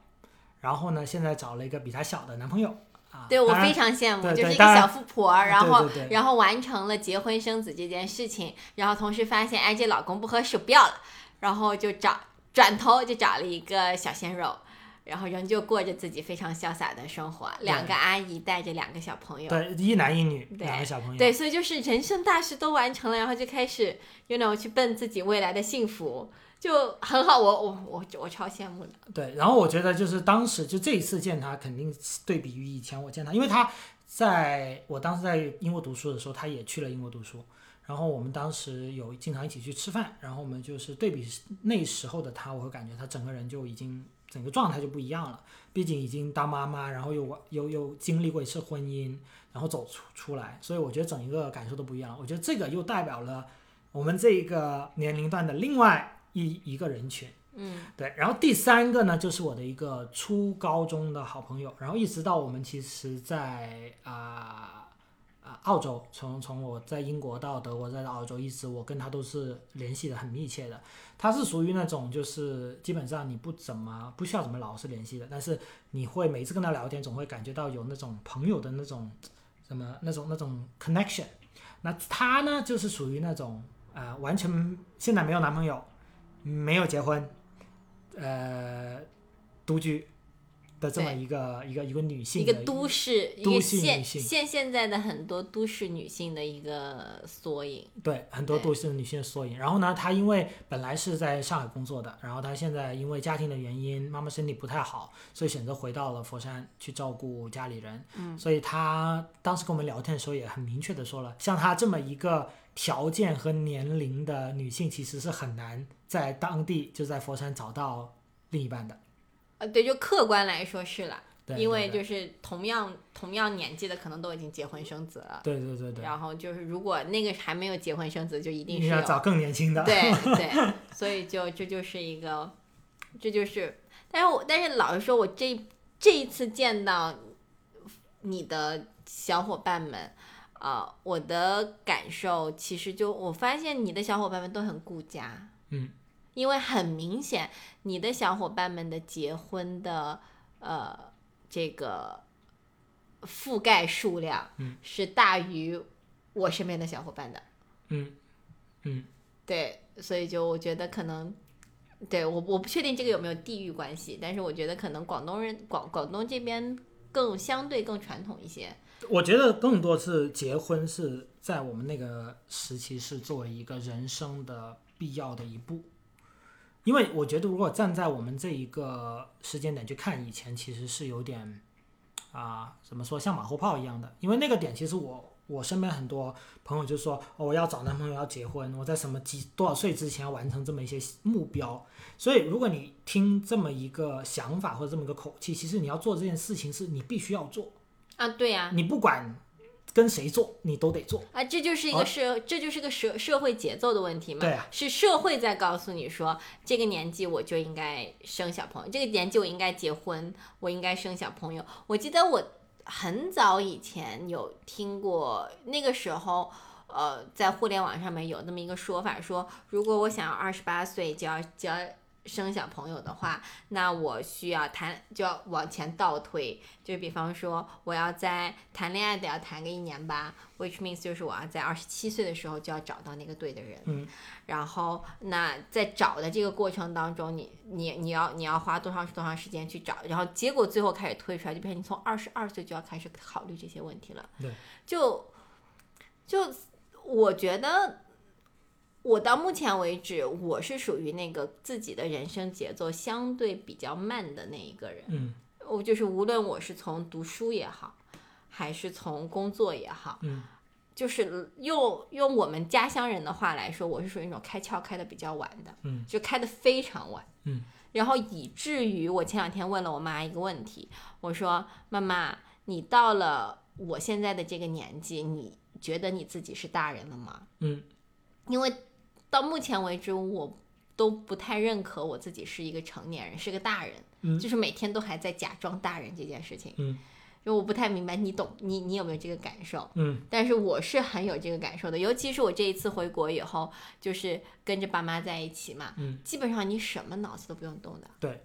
B: 然后呢现在找了一个比她小的男朋友啊。
A: 对我
B: 当然
A: 非常羡慕，
B: 对
A: 就
B: 对
A: 是一个
B: 当然
A: 小富婆，然后
B: 对对对
A: 然后完成了结婚生子这件事情，然后同时发现哎这老公不合适不要了，然后就找转头就找了一个小鲜肉，然后仍旧过着自己非常潇洒的生活，
B: 对
A: 两个阿姨带着两个小朋友，
B: 对一男一女
A: 对
B: 两个小朋友。
A: 对，所以就是人生大事都完成了，然后就开始，you know，去奔自己未来的幸福，就很好。我我我我超羡慕的。
B: 对，然后我觉得就是当时就这一次见他，肯定是对比于以前我见他，因为他在我当时在英国读书的时候，他也去了英国读书，然后我们当时有经常一起去吃饭，然后我们就是对比那时候的他，我会感觉他整个人就已经整个状态就不一样了，毕竟已经当妈妈，然后又又又经历过一次婚姻，然后走出出来，所以我觉得整一个感受都不一样了。我觉得这个又代表了我们这一个年龄段的另外一一个人群。
A: 嗯，
B: 对，然后第三个呢，就是我的一个初高中的好朋友，然后一直到我们其实在啊啊、澳洲，从从我在英国到德国，再到澳洲，一直我跟他都是联系的很密切的。他是属于那种就是基本上你不怎么不需要怎么老是联系的，但是你会每次跟他聊天，总会感觉到有那种朋友的那种什么那种那种 connection。那他呢，就是属于那种呃完全现在没有男朋友，没有结婚。呃独居的这么一个一个一个女性
A: 一
B: 的
A: 个都市，一
B: 都
A: 个
B: 市女
A: 现
B: 性
A: 现现在的很多都市女性的一个缩影。
B: 对很多
A: 对
B: 都市女性的缩影。然后呢，她因为本来是在上海工作的，然后她现在因为家庭的原因，妈妈身体不太好，所以选择回到了佛山去照顾家里人。嗯，所以她当时跟我们聊天的时候也很明确的说了，像她这么一个条件和年龄的女性，其实是很难在当地就在佛山找到另一半的。
A: 呃，对，就客观来说是了，
B: 对，
A: 因为
B: 对
A: 就是同样同样年纪的，可能都已经结婚生子了。
B: 对对对对，
A: 然后就是，如果那个还没有结婚生子，就一定
B: 你
A: 是
B: 要
A: 有
B: 找更年轻的。
A: 对对，所以就这就是一个，这就是，但是我但是老实说，我这这一次见到你的小伙伴们，啊、我的感受其实就我发现你的小伙伴们都很顾家，
B: 嗯，
A: 因为很明显你的小伙伴们的结婚的呃这个覆盖数量，
B: 嗯，
A: 是大于我身边的小伙伴的。
B: 嗯。
A: 对，所以就我觉得可能，对我我不确定这个有没有地域关系，但是我觉得可能广东人广广东这边更相对更传统一些。
B: 我觉得更多是结婚是在我们那个时期是作为一个人生的必要的一步，因为我觉得如果站在我们这一个时间点去看，以前其实是有点啊、怎么说像马后炮一样的，因为那个点其实我我身边很多朋友就说、哦、我要找男朋友要结婚，我在什么几多少岁之前要完成这么一些目标，所以如果你听这么一个想法或者这么一个口气，其实你要做这件事情是你必须要做。
A: 啊，对呀、
B: 你不管跟谁做，你都得做。
A: 啊，这就是一个
B: 好
A: 社，这就是个社社会节奏的问题嘛。
B: 哦对啊
A: 是社会在告诉你说，这个年纪我就应该生小朋友，这个年纪我应该结婚，我应该生小朋友。我记得我很早以前有听过，那个时候，呃，在互联网上面有那么一个说法说，如果我想要二十八岁就要就要生小朋友的话，那我需要谈就要往前倒推，就比方说我要在谈恋爱得要谈个一年吧，which means 就是我要在二十七岁的时候就要找到那个对的人。
B: 嗯，
A: 然后那在找的这个过程当中，你你你要你要花多长多长时间去找，然后结果最后开始推出来，就变成你从二十二岁就要开始考虑这些问题了。
B: 对，
A: 就就我觉得，我到目前为止，我是属于那个自己的人生节奏相对比较慢的那一个人。
B: 嗯
A: 我就是无论我是从读书也好，还是从工作也好，
B: 嗯
A: 就是用用我们家乡人的话来说，我是属于那种开窍开的比较晚的，
B: 嗯，
A: 就开的非常晚，
B: 嗯，
A: 然后以至于我前两天问了我妈一个问题，我说妈妈，你到了我现在的这个年纪，你觉得你自己是大人了吗？
B: 嗯，
A: 因为到目前为止，我都不太认可我自己是一个成年人，是个大人，
B: 嗯
A: 就是每天都还在假装大人这件事情，
B: 嗯，
A: 就我不太明白你懂你你有没有这个感受？
B: 嗯
A: 但是我是很有这个感受的，尤其是我这一次回国以后，就是跟着爸妈在一起嘛，
B: 嗯，
A: 基本上你什么脑子都不用动的。
B: 对，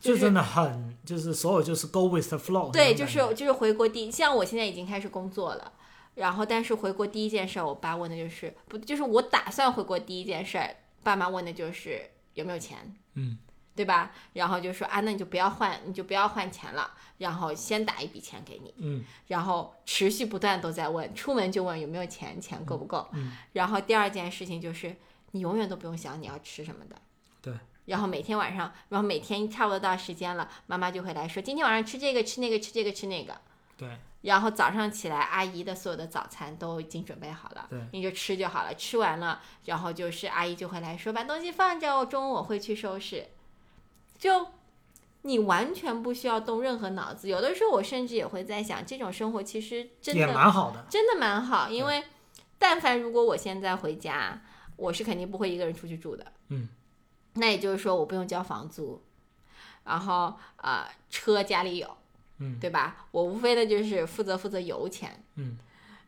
A: 就
B: 就是真的很就是所有就是 go with the flow 那种感觉。
A: 对，就是就是回国第一，像我现在已经开始工作了，然后但是回国第一件事儿，我爸问的就是不就是我打算回国第一件事儿，爸妈问的就是有没有钱，
B: 嗯
A: 对吧？然后就说啊，那你就不要换，你就不要换钱了，然后先打一笔钱给你，
B: 嗯
A: 然后持续不断都在问，出门就问有没有钱，钱够不够。
B: 嗯
A: 然后第二件事情就是，你永远都不用想你要吃什么的。
B: 对。
A: 然后每天晚上，然后每天差不多到时间了，妈妈就会来说，今天晚上吃这个，吃那个，吃这个，吃那个。
B: 对
A: 然后早上起来，阿姨的所有的早餐都已经准备好了
B: 对，
A: 你就吃就好了。吃完了，然后就是阿姨就会来说，把东西放着，我中午我会去收拾。就你完全不需要动任何脑子。有的时候我甚至也会在想，这种生活其实真
B: 也
A: 的
B: 蛮好的。
A: 真的蛮好，因为但凡如果我现在回家，我是肯定不会一个人出去住的。
B: 嗯，
A: 那也就是说我不用交房租，然后呃车家里有，
B: 嗯
A: 对吧？我无非的就是负责负责油钱，
B: 嗯，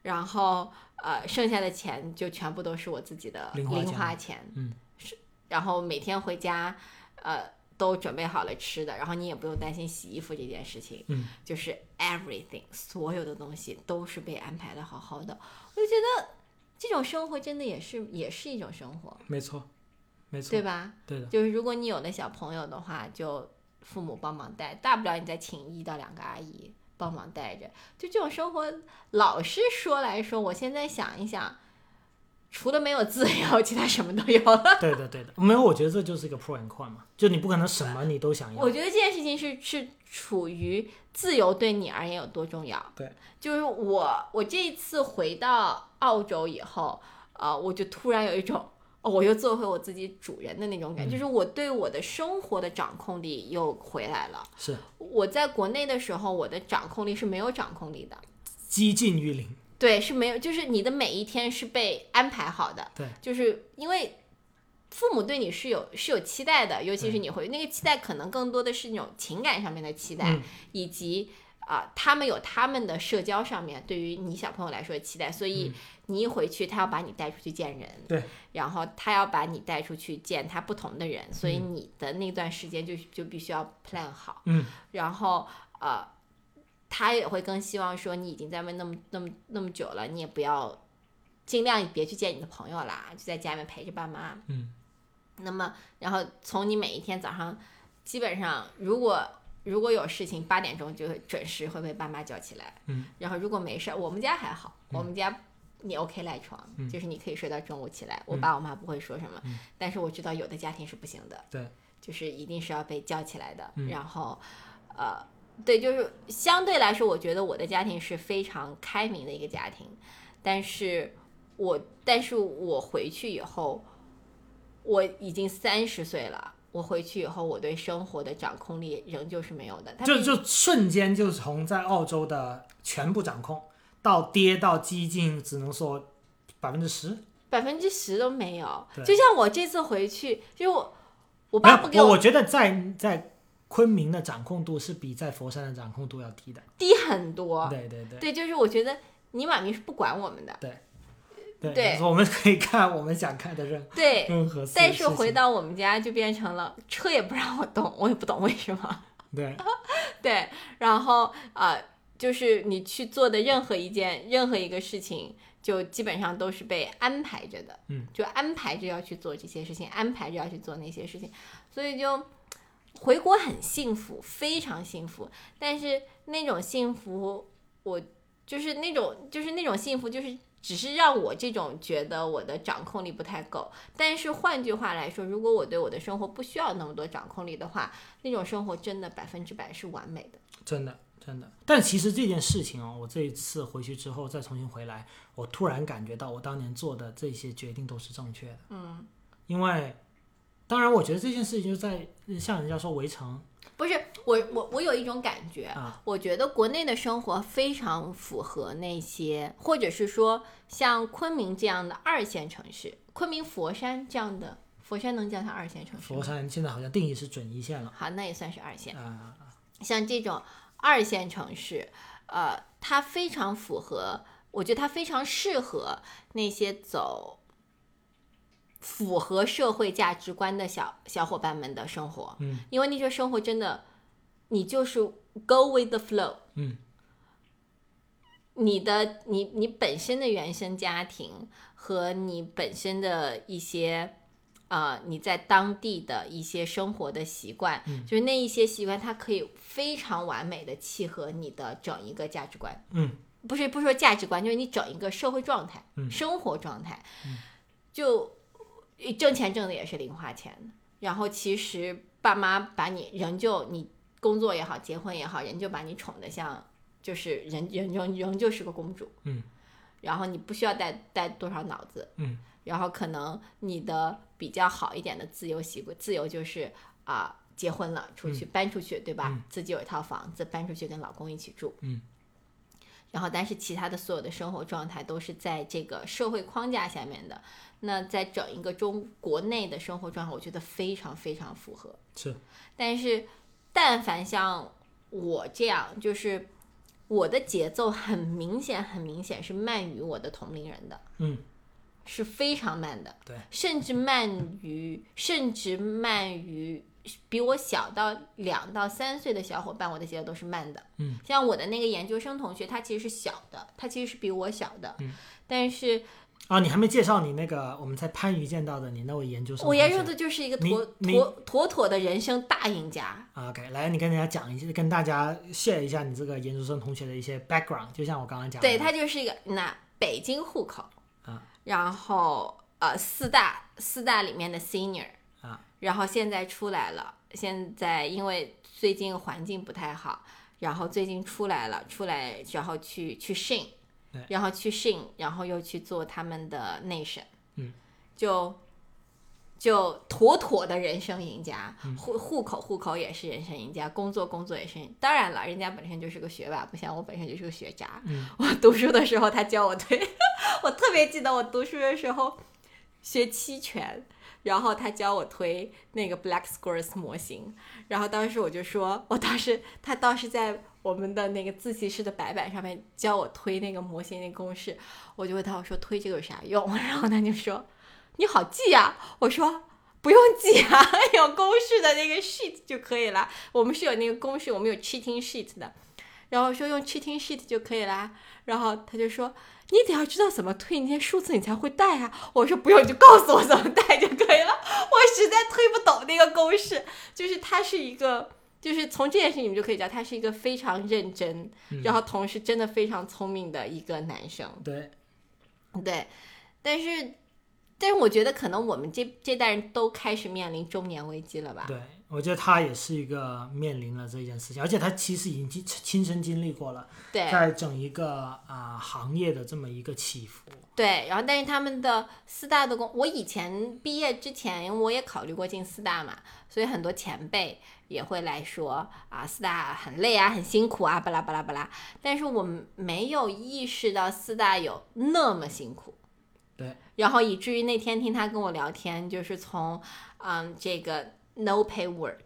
A: 然后呃剩下的钱就全部都是我自己的
B: 零花钱
A: 钱
B: 嗯，
A: 是，然后每天回家，呃。都准备好了吃的，然后你也不用担心洗衣服这件事情。
B: 嗯，
A: 就是 everything 所有的东西都是被安排的好好的，我就觉得这种生活真的也是也是一种生活，
B: 没错，没错，
A: 对吧？
B: 对的，
A: 就是如果你有了小朋友的话，就父母帮忙带，大不了你再请一到两个阿姨帮忙带着。就这种生活，老实说来说，我现在想一想，除了没有自由，其他什么都有了。
B: 对的，对的。没有，我觉得这就是一个 pro and con 嘛，就你不可能什么你都想要
A: 我。觉得这件事情是是处于自由对你而言有多重要。
B: 对，
A: 就是我我这一次回到澳洲以后，呃，我就突然有一种。哦，我又做回我自己主人的那种感觉，就是我对我的生活的掌控力又回来了。
B: 是
A: 我在国内的时候，我的掌控力是没有掌控力的，
B: 接近于零。
A: 对，是没有，就是你的每一天是被安排好的，
B: 对，
A: 就是因为父母对你是有是有期待的，尤其是你回那个期待，可能更多的是那种情感上面的期待，
B: 嗯
A: 以及啊、他们有他们的社交上面对于你小朋友来说的期待，所以你一回去，他要把你带出去见人，
B: 嗯对，
A: 然后他要把你带出去见他不同的人，所以你的那段时间就就必须要 plan 好。
B: 嗯
A: 然后呃，他也会更希望说你已经在外面那么那么那么久了，你也不要尽量别去见你的朋友啦，就在家里面陪着爸妈。
B: 嗯
A: 那么，然后从你每一天早上，基本上如果如果有事情，八点钟就会准时会被爸妈叫起来。
B: 嗯，
A: 然后如果没事儿，我们家还好，我们家你 OK 赖床，
B: 嗯
A: 就是你可以睡到中午起来，我爸我妈不会说什么。但是我知道有的家庭是不行的，
B: 对，嗯
A: 就是一定是要被叫起来的。然后，呃，对，就是相对来说，我觉得我的家庭是非常开明的一个家庭，但是我但是我回去以后，我已经三十岁了。我回去以后，我对生活的掌控力仍旧是没有的。他们
B: 就就瞬间就从在澳洲的全部掌控到跌到接近，只能说百分之十。
A: 百分之十都没有。
B: 对
A: 就像我这次回去，就我我
B: 我
A: 爸不给
B: 我，
A: 我
B: 我觉得在在昆明的掌控度是比在佛山的掌控度要低的。
A: 低很多。
B: 对对对
A: 对，就是我觉得你妈咪是不管我们的。
B: 对。对，
A: 对
B: 我们可以看我们想看的任
A: 对，
B: 任何事。
A: 但是
B: 事情
A: 回到我们家就变成了车也不让我动，我也不懂为什么。
B: 对
A: 对，然后呃，就是你去做的任何一件任何一个事情，就基本上都是被安排着的，
B: 嗯，
A: 就安排着要去做这些事情，安排着要去做那些事情，所以就回国很幸福，非常幸福，但是那种幸福，我就是那种就是那种幸福就是。只是让我这种觉得我的掌控力不太够，但是换句话来说，如果我对我的生活不需要那么多掌控力的话，那种生活真的百分之百是完美的。
B: 真的真的。但其实这件事情哦，我这一次回去之后再重新回来，我突然感觉到我当年做的这些决定都是正确的。嗯，因为当然，我觉得这件事情就在像人家说围城
A: 不是我我我有一种感觉，
B: 啊
A: 我觉得国内的生活非常符合那些，或者是说像昆明这样的二线城市，昆明佛山这样的，佛山能叫它二线城市
B: 佛
A: 吗？
B: 山现在好像定义是准一线了
A: 好，那也算是二线。
B: 啊、
A: 像这种二线城市，呃，它非常符合，我觉得它非常适合那些走符合社会价值观的小小伙伴们的生活。
B: 嗯，
A: 因为那些生活真的，你就是 go with the flow。
B: 嗯。
A: 你的你你本身的原生家庭和你本身的一些呃，你在当地的一些生活的习惯，
B: 嗯
A: 就是那一些习惯，它可以非常完美的契合你的整一个价值观，
B: 嗯，
A: 不是不是说价值观，就是你整一个社会状态、
B: 嗯
A: 生活状态，就挣钱挣的也是零花钱，然后其实爸妈把你仍旧你工作也好，结婚也好，人就把你宠得像就是人人仍仍旧是个公主，
B: 嗯，
A: 然后你不需要带带多少脑子，
B: 嗯，
A: 然后可能你的比较好一点的自由习惯，自由就是啊、结婚了出
B: 嗯
A: 去搬出去，对吧？自己有一套房子，搬出去跟老公一起住，
B: 嗯。
A: 然后，但是其他的所有的生活状态都是在这个社会框架下面的，那在整一个中国内的生活状态，我觉得非常非常符合。
B: 是，
A: 但是但凡像我这样，就是我的节奏很明显，很明显是慢于我的同龄人的，
B: 嗯，
A: 是非常慢的，
B: 对，
A: 甚至慢于，甚至慢于。比我小到两到三岁的小伙伴，我的节奏都是慢的。
B: 嗯，
A: 像我的那个研究生同学，他其实是小的，他其实是比我小的。
B: 嗯，
A: 但是
B: 啊，你还没介绍你那个我们在番禺见到的你那位研究生同
A: 我
B: 学。
A: 研究的就是一个妥
B: 你
A: 妥妥妥的人生大赢家。
B: 啊 OK，来，你跟大家讲一下，跟大家 share 一下你这个研究生同学的一些 background，就像我刚刚讲的，
A: 对他就是一个那北京户口，
B: 啊
A: 然后呃四大四大里面的 senior，
B: 啊，
A: 然后现在出来了，现在因为最近环境不太好，然后最近出来了，出来然后去去 Shin，
B: 对
A: 然后去 Shin，然后又去做他们的内审，
B: 嗯，
A: 就就妥妥的人生赢家，
B: 嗯
A: 户户口户口也是人生赢家，工作工作也是，当然了，人家本身就是个学霸，不像我本身就是个学渣，
B: 嗯
A: 我读书的时候他教我对， 我特别记得我读书的时候学期权。然后他教我推那个 Black Squares 模型，然后当时我就说，我当时他当时在我们的那个自习室的白板上面教我推那个模型那公式，我就问他我说推这个有啥用？ 然后他就说你好记呀、我说。不用记啊， 有公式的那个 sheet 就可以了。我们是有那个公式，我们有 cheating sheet 的。然后说用 cheating sheet 就可以啦。然后他就说，你得要知道怎么推那些数字，你才会带啊。我说不用，你就告诉我怎么带就可以了。 我实在推不懂那个公式，就是它是一个，就是从这件事情你们就可以知道，他是一个非常认真，然后同时真的非常聪明的一个男生。
B: 对
A: 对，但是，但是我觉得可能我们这这代人都开始面临中年危机了吧？
B: 对，我觉得他也是一个面临了这件事情，而且他其实已经亲亲身经历过了，
A: 对
B: 在整一个啊、行业的这么一个起伏，
A: 对，然后但是他们的四大的工，我以前毕业之前我也考虑过进四大嘛，所以很多前辈也会来说啊，四大很累啊，很辛苦啊，巴拉巴拉巴拉。但是我没有意识到四大有那么辛苦。
B: 对，
A: 然后以至于那天听他跟我聊天，就是从嗯这个 no pay work，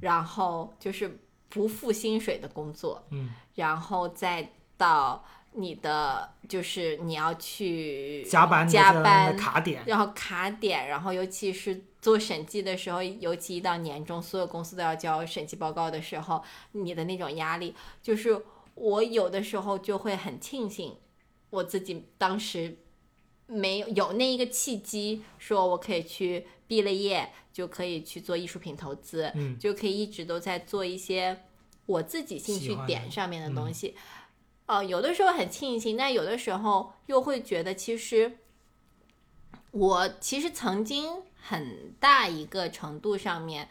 A: 然后就是不付薪水的工作，
B: 嗯，
A: 然后再到你的就是你要去
B: 加班
A: 呃
B: 的
A: 加
B: 这样
A: 班
B: 的卡点，
A: 然后卡点，然后尤其是做审计的时候，尤其一到年终，所有公司都要交审计报告的时候，你的那种压力，就是我有的时候就会很庆幸我自己当时没有有那一个契机，说我可以去毕了业就可以去做艺术品投资，
B: 嗯
A: 就可以一直都在做一些我自己兴
B: 喜
A: 趣
B: 欢的嗯
A: 点上面的东西。呃，有的时候很庆幸，但有的时候又会觉得，其实我其实曾经很大一个程度上面，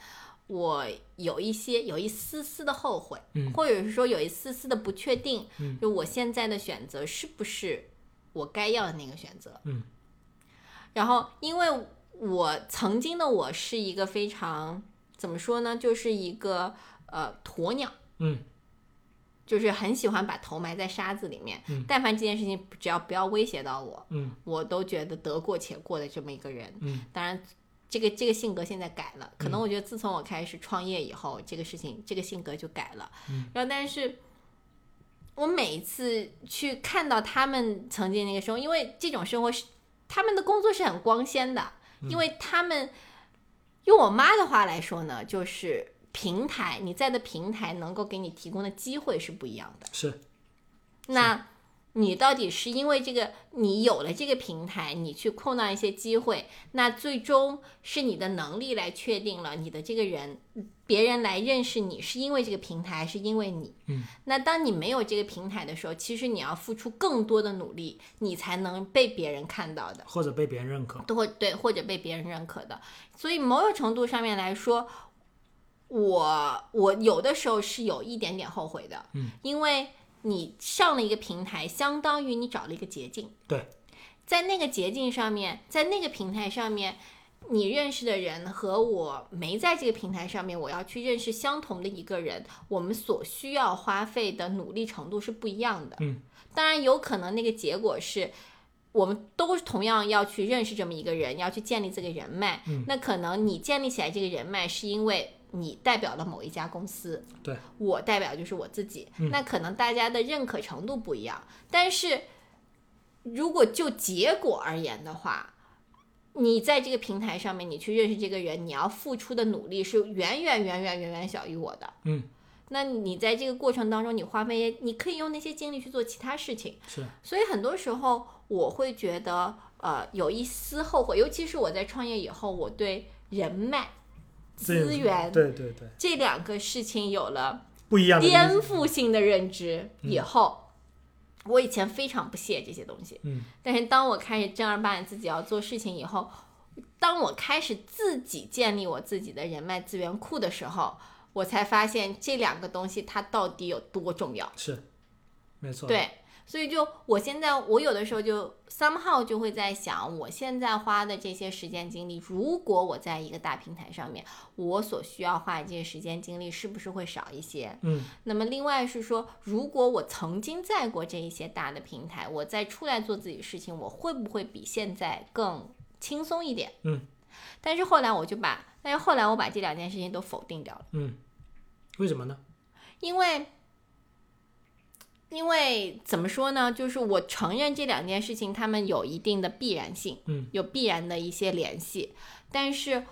A: 我有一些有一丝丝的后悔，
B: 嗯
A: 或者是说有一丝丝的不确定，
B: 嗯
A: 就我现在的选择是不是我该要的那个选择？
B: 嗯，
A: 然后因为我曾经的我是一个非常怎么说呢，就是一个呃鸵鸟。
B: 嗯
A: 就是很喜欢把头埋在沙子里面。
B: 嗯
A: 但凡这件事情只要不要威胁到我，
B: 嗯
A: 我都觉得得过且过的这么一个人。
B: 嗯
A: 当然，这个这个性格现在改了，可能我觉得自从我开始创业以后，这个事情这个性格就改了。
B: 嗯
A: 然后，但是我每一次去看到他们曾经那个生活，因为这种生活是他们的工作是很光鲜的，
B: 嗯
A: 因为他们用我妈的话来说呢，就是。平台，你在的平台能够给你提供的机会是不一样的。
B: 是
A: 那你到底是因为这个，你有了这个平台，你去碰到一些机会，那最终是你的能力来确定了你的这个人，别人来认识你是因为这个平台，还是因为你？
B: 嗯，
A: 那当你没有这个平台的时候，其实你要付出更多的努力，你才能被别人看到的。
B: 或者被别人认可，
A: 都会对或者被别人认可的。所以某种程度上面来说，我我有的时候是有一点点后悔的，
B: 嗯，
A: 因为你上了一个平台，相当于你找了一个捷径，
B: 对，
A: 在那个捷径上面，在那个平台上面。你认识的人和我没在这个平台上面，我要去认识相同的一个人，我们所需要花费的努力程度是不一样的。
B: 嗯，
A: 当然有可能那个结果是我们都是同样要去认识这么一个人，要去建立这个人脉。
B: 嗯
A: 那可能你建立起来这个人脉，是因为你代表了某一家公司，
B: 对，
A: 我代表就是我自己。
B: 嗯
A: 那可能大家的认可程度不一样，但是如果就结果而言的话。你在这个平台上面，你去认识这个人，你要付出的努力是远远远远远远小于我的。
B: 嗯，
A: 那你在这个过程当中，你花费，你可以用那些精力去做其他事情。
B: 是
A: 所以很多时候我会觉得，呃，有一丝后悔，尤其是我在创业以后，我对人脉、资源
B: 对对对，
A: 这两个事情有了
B: 不一样的
A: 颠
B: 理解嗯
A: 覆性的认知以后，我以前非常不屑这些东西，
B: 嗯，
A: 但是当我开始正儿八经自己要做事情以后，当我开始自己建立我自己的人脉资源库的时候，我才发现这两个东西它到底有多重要。
B: 是，没错，
A: 对，所以就我现在，我有的时候就 somehow 就会在想，我现在花的这些时间精力，如果我在一个大平台上面，我所需要花的这些时间精力是不是会少一些？
B: 嗯
A: 那么另外是说，如果我曾经在过这一些大的平台，我再出来做自己事情，我会不会比现在更轻松一点？
B: 嗯。
A: 但是后来我就把，但是后来我把这两件事情都否定掉了。
B: 嗯，为什么呢？
A: 因为，因为怎么说呢？就是我承认这两件事情，他们有一定的必然性，
B: 嗯，
A: 有必然的一些联系。但是，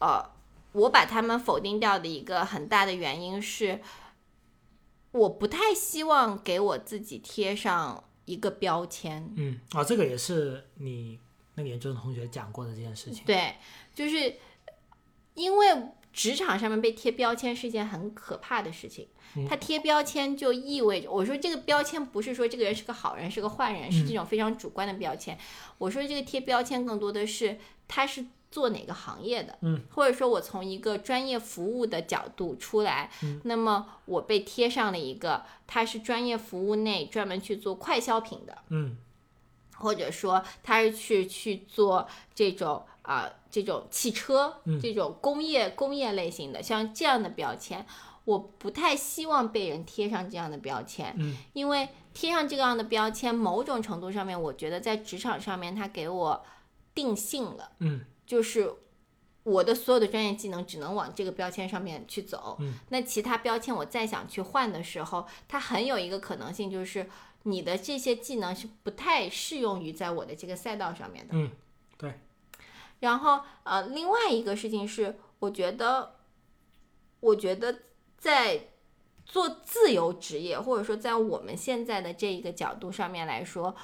A: 呃，我把他们否定掉的一个很大的原因是，我不太希望给我自己贴上一个标签。
B: 嗯，啊、这个也是你那个研究生同学讲过的这件事情，
A: 对，就是因为职场上面被贴标签是件很可怕的事情
B: 嗯。
A: 他贴标签就意味着，我说这个标签不是说这个人是个好人，是个坏人，是
B: 嗯
A: 这种非常主观的标签。我说这个贴标签更多的是他是做哪个行业的，
B: 嗯，
A: 或者说我从一个专业服务的角度出来，
B: 嗯
A: 那么我被贴上了一个他是专业服务内专门去做快消品的，
B: 嗯
A: 或者说他是去去做这种啊、这种汽车、
B: 嗯
A: 这种工业工业类型的，像这样的标签，我不太希望被人贴上这样的标签，
B: 嗯
A: 因为贴上这样的标签，某种程度上面，我觉得在职场上面，它给我定性了，
B: 嗯
A: 就是。我的所有的专业技能只能往这个标签上面去走，
B: 嗯
A: 那其他标签我再想去换的时候，它很有一个可能性就是你的这些技能是不太适用于在我的这个赛道上面的。
B: 嗯，对。
A: 然后呃，另外一个事情是，我觉得，我觉得在做自由职业，或者说在我们现在的这一个角度上面来说，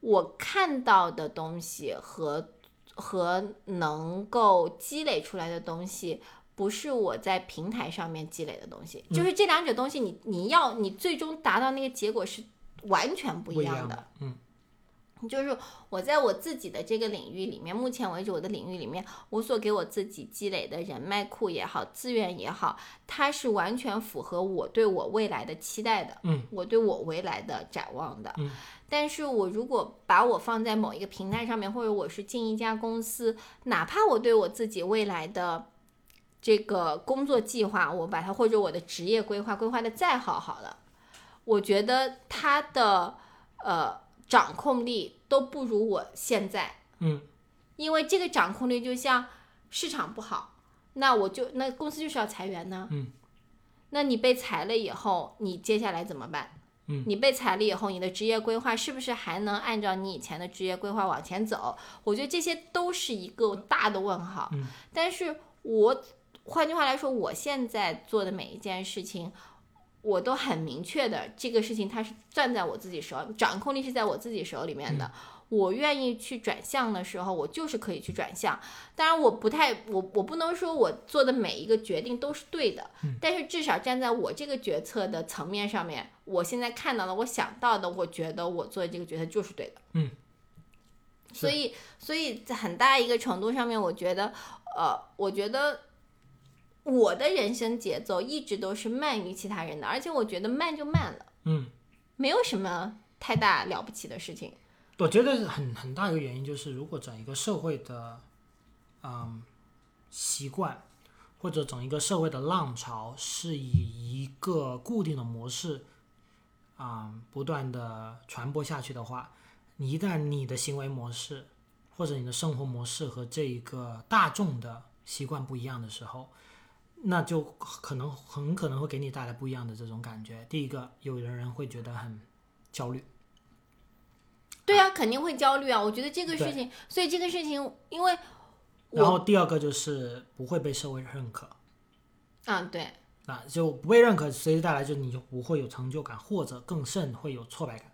A: 我看到的东西和和能够积累出来的东西，不是我在平台上面积累的东西，就是这两者东西你，你要你最终达到那个结果是完全不
B: 不
A: 一
B: 一
A: 样的。
B: 的，嗯
A: 就是我在我自己的这个领域里面，目前为止我的领域里面，我所给我自己积累的人脉库也好，资源也好，它是完全符合我对我未来的期待的，
B: 嗯，
A: 我对我未来的展望的，
B: 嗯。
A: 但是我如果把我放在某一个平台上面，或者我是进一家公司，哪怕我对我自己未来的这个工作计划，我把它或者我的职业规划规划的再好好了，我觉得它的呃掌控力都不如我现在，
B: 嗯，
A: 因为这个掌控力就像市场不好，那我就那公司就是要裁员呢，
B: 嗯，
A: 那你被裁了以后，你接下来怎么办？
B: 嗯，
A: 你被裁了以后，你的职业规划是不是还能按照你以前的职业规划往前走？我觉得这些都是一个大的问号。
B: 嗯，
A: 但是我换句话来说，我现在做的每一件事情。我都很明确的，这个事情它是攥在我自己手，掌控力是在我自己手里面的。我愿意去转向的时候，我就是可以去转向。当然，我不太，我我不能说我做的每一个决定都是对的，但是至少站在我这个决策的层面上面，我现在看到的，我想到的，我觉得我做的这个决策就是对的。
B: 嗯，
A: 所以，所以在很大一个程度上面，我觉得，呃，我觉得我的人生节奏一直都是慢于其他人的，而且我觉得慢就慢了，
B: 嗯，
A: 没有什么太大了不起的事情。
B: 我觉得很很大一个原因就是，如果整一个社会的，嗯，习惯或者整一个社会的浪潮是以一个固定的模式，啊、不断的传播下去的话，你一旦你的行为模式或者你的生活模式和这一个大众的习惯不一样的时候，那就可能很可能会给你带来不一样的这种感觉。第一个，有的人会觉得很焦虑。
A: 对啊，肯定会焦虑啊！我觉得这个
B: 对
A: 事情，所以这个事情，因为
B: 然
A: 我，
B: 后第二个就是不会被社会认可，
A: 啊，对，
B: 啊，就不被认可，随之带来就你就不会有成就感，或者更甚会有挫败感，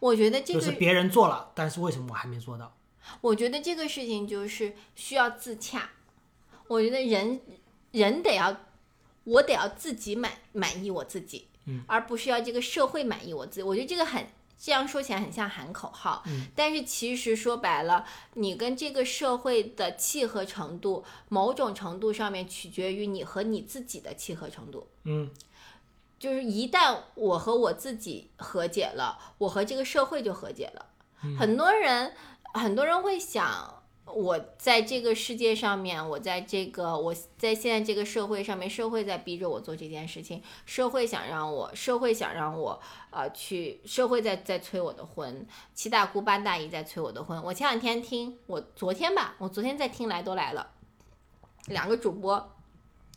A: 我觉得这
B: 就
A: 个
B: 是别人做了，但是为什么我还没做到？
A: 我觉得这个事情就是需要自洽。我觉得人人得要，我得要自己满满意我自己，
B: 嗯，
A: 而不是要这个社会满意我自己。我觉得这个很。这样说起来很像喊口号，
B: 嗯
A: 但是其实说白了，你跟这个社会的契合程度，某种程度上面取决于你和你自己的契合程度。
B: 嗯，
A: 就是一旦我和我自己和解了，我和这个社会就和解了。
B: 嗯
A: 很多人，很多人会想，我在这个世界上面，我在这个我在现在这个社会上面，社会在逼着我做这件事情，社会想让我，社会想让我，呃，去，社会在在催我的婚，七大姑八大姨在催我的婚。我前两天听，我昨天吧，我昨天在听来都来了，两个主播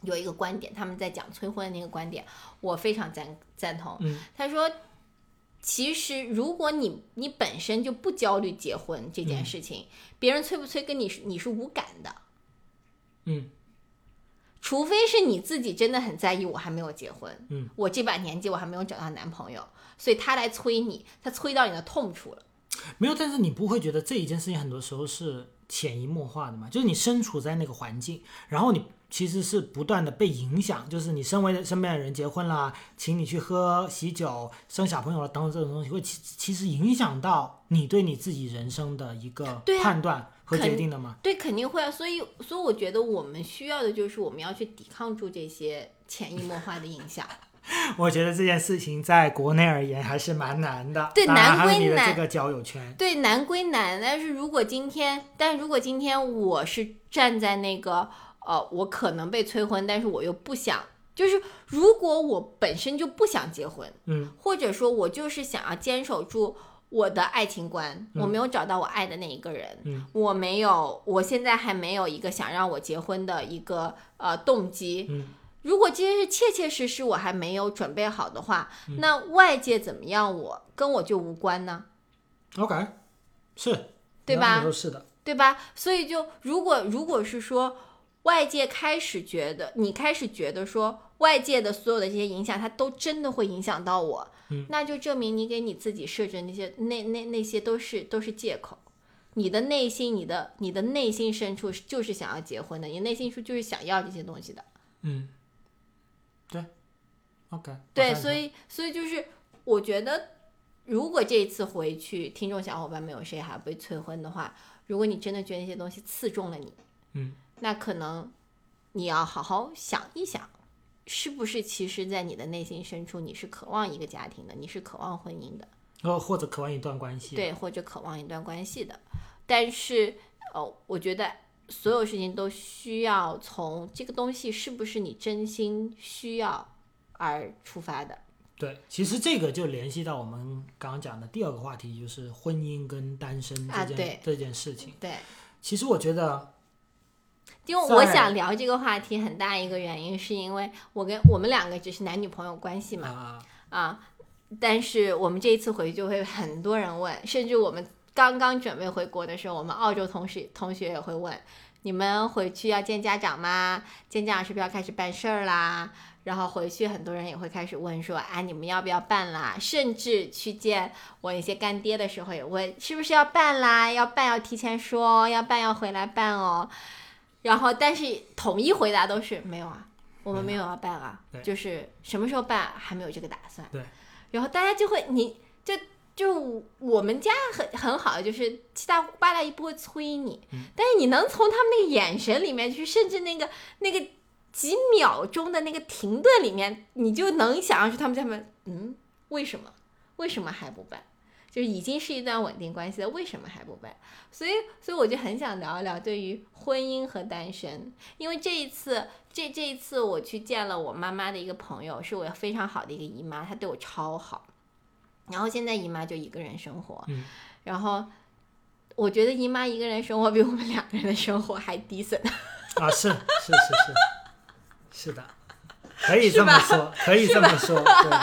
A: 有一个观点，他们在讲催婚的那个观点，我非常赞赞同。
B: 嗯
A: 他说，其实如果你你本身就不焦虑结婚这件事情，别人催不催跟你是你是无感的，
B: 嗯
A: 除非是你自己真的很在意，我还没有结婚，
B: 嗯，
A: 我这把年纪我还没有找到男朋友，所以他来催你，他催到你的痛处了。
B: 没有，但是你不会觉得这一件事情很多时候是潜移默化的嘛？就是你身处在那个环境，然后你其实是不断的被影响，就是你身为身边的人结婚啦，请你去喝喜酒、生小朋友了等等这种东西，会其其实影响到你对你自己人生的一个
A: 对啊
B: 判断和
A: 肯
B: 决定的嘛？
A: 对，肯定会啊，所以，所以我觉得我们需要的就是我们要去抵抗住这些潜移默化的影响。
B: 我觉得这件事情在国内而言还是蛮难的，
A: 对
B: 当然
A: 难归
B: 还有你的
A: 难
B: 这个交友圈，
A: 对，难归难，但是如果今天，但如果今天我是站在那个，呃，我可能被催婚，但是我又不想，就是如果我本身就不想结婚，
B: 嗯
A: 或者说我就是想要坚守住我的爱情观，我没有找到我爱的那一个人，
B: 嗯
A: 我没有，我现在还没有一个想让我结婚的一个呃动机，
B: 嗯
A: 如果这些是切切实实我还没有准备好的话，
B: 嗯
A: 那外界怎么样我跟我就无关呢，
B: OK，是，
A: 对
B: 你要这么
A: 吧
B: 说是的，
A: 对吧？所以就如果如果是说外界开始觉得你开始觉得说外界的所有的这些影响，它都真的会影响到我，
B: 嗯
A: 那就证明你给你自己设置的那些那那那些都是都是借口。你的内心，你的你的内心深处是就是想要结婚的，你内心处就是想要这些东西的。
B: 嗯，对，OK，我
A: 对，
B: 赞成
A: 所以所以就是我觉得，如果这一次回去，听众小伙伴们有谁还被催婚的话，如果你真的觉得那些东西刺中了你，
B: 嗯，
A: 那可能你要好好想一想，是不是其实，在你的内心深处，你是渴望一个家庭的，你是渴望婚姻的，
B: 呃，或者渴望一段关系，
A: 对，或者渴望一段关系的。但是，呃，我觉得所有事情都需要从这个东西是不是你真心需要而出发的。
B: 对，其实这个就联系到我们刚刚讲的第二个话题，就是婚姻跟单身
A: 啊
B: 这件、
A: 对
B: 这件事情。
A: 对，
B: 其实我觉得，
A: 因为我
B: 在
A: 想聊这个话题，很大一个原因是因为我跟我们两个只是男女朋友关系嘛
B: 啊、
A: 啊，但是我们这一次回去就会很多人问，甚至我们刚刚准备回国的时候，我们澳洲同事同学也会问，你们回去要见家长吗？见家长是不是要开始办事儿啦？然后回去很多人也会开始问说，啊，你们要不要办啦？甚至去见我一些干爹的时候也问，是不是要办啦？要办要提前说哦，要办要回来办哦。然后，但是统一回答都是没有啊，我们没有要办啊
B: 嗯对，
A: 就是什么时候办还没有这个打算。
B: 对。
A: 然后大家就会，你就就我们家很很好，就是七大姑八大姨不会催你，
B: 嗯
A: 但是你能从他们那个眼神里面去，甚至那个那个几秒钟的那个停顿里面，你就能想象出他们在问，嗯，为什么？为什么还不办？就是已经是一段稳定关系了，为什么还不办？所以，所以我就很想聊一聊对于婚姻和单身，因为这一次，这这一次我去见了我妈妈的一个朋友，是我非常好的一个姨妈，她对我超好。然后现在姨妈就一个人生活，
B: 嗯
A: 然后我觉得姨妈一个人生活比我们两个人的生活还 decent，
B: 啊，是是是是 是的，可以
A: 是
B: 这么
A: 吧
B: 说，可以这么说，对，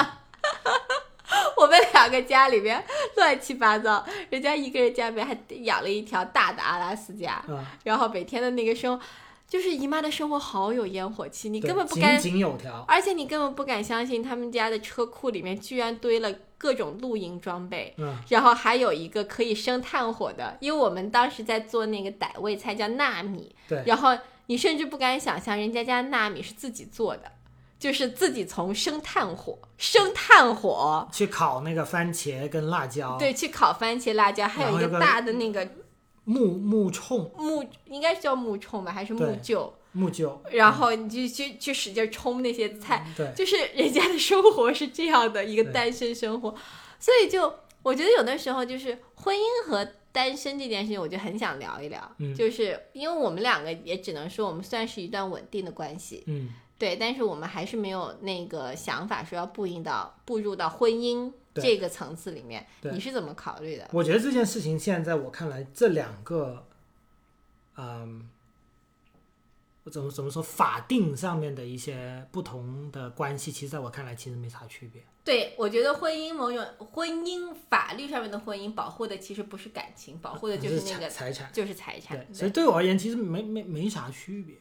A: 我们两个家里边乱七八糟，人家一个人家里边还养了一条大的阿拉斯加，
B: 啊，
A: 然后每天的那个生，就是姨妈的生活好有烟火气，你
B: 你
A: 根本不敢
B: 井井有条，
A: 而且你根本不敢相信，他们家的车库里面居然堆了各种露营装备，
B: 嗯
A: 然后还有一个可以生炭火的，因为我们当时在做那个傣味菜叫纳米，
B: 对
A: 然后你甚至不敢想象人家家纳米是自己做的，就是自己从生炭火，生炭火，
B: 去烤那个番茄跟辣椒，，
A: 对，去烤番茄辣椒，还有
B: 然后
A: 一
B: 有个
A: 个大的那个
B: 木木冲
A: 木，应该是叫木冲吧，还是木
B: 对
A: 臼，
B: 木臼，
A: 然后你就去去使劲冲那些菜，
B: 对，
A: 就是人家的生活是这样的一个
B: 对
A: 单身生活，所以就我觉得有的时候就是婚姻和单身这件事情，我就很想聊一聊，
B: 嗯
A: 就是因为我们两个也只能说我们算是一段稳定的关系，
B: 嗯
A: 对，但是我们还是没有那个想法说要步入到步入到婚姻
B: 对
A: 这个层次里面，
B: 对
A: 你是怎么考虑的？
B: 我觉得这件事情现在在我看来，这两个，嗯，我怎么怎么说法定上面的一些不同的关系，其实在我看来其实没啥区别。
A: 对我觉得婚姻某种婚姻法律上面的婚姻保护的其实不是感情，保护的就是那
B: 财
A: 个
B: 财产，
A: 就是财产，
B: 对，所以对我而言其实没没没啥区别。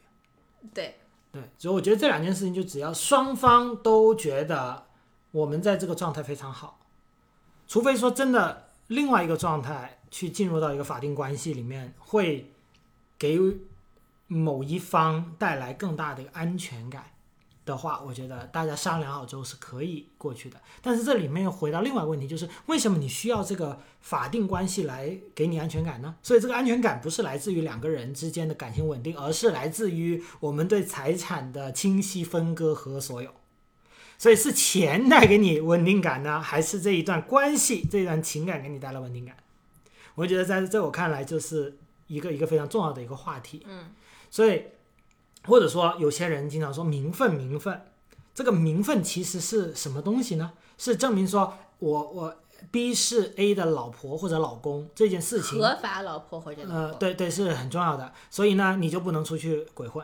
A: 对。
B: 对，所以我觉得这两件事情就只要双方都觉得我们在这个状态非常好，除非说真的另外一个状态去进入到一个法定关系里面，会给某一方带来更大的一个安全感的话，我觉得大家商量好之后是可以过去的。但是这里面又回到另外一个问题，就是为什么你需要这个法定关系来给你安全感呢？所以这个安全感不是来自于两个人之间的感情稳定，而是来自于我们对财产的清晰分割和所有。所以是钱带给你稳定感呢，还是这一段关系、这一段情感给你带来稳定感？我觉得在在我看来，就是一个一个非常重要的一个话题。
A: 嗯，
B: 所以或者说有些人经常说名分，名分，这个名分其实是什么东西呢？是证明说我我 B 是 A 的老婆或者老公这件事情，
A: 合法老婆或者老
B: 呃，
A: 婆，
B: 对对是很重要的。所以呢，你就不能出去鬼混。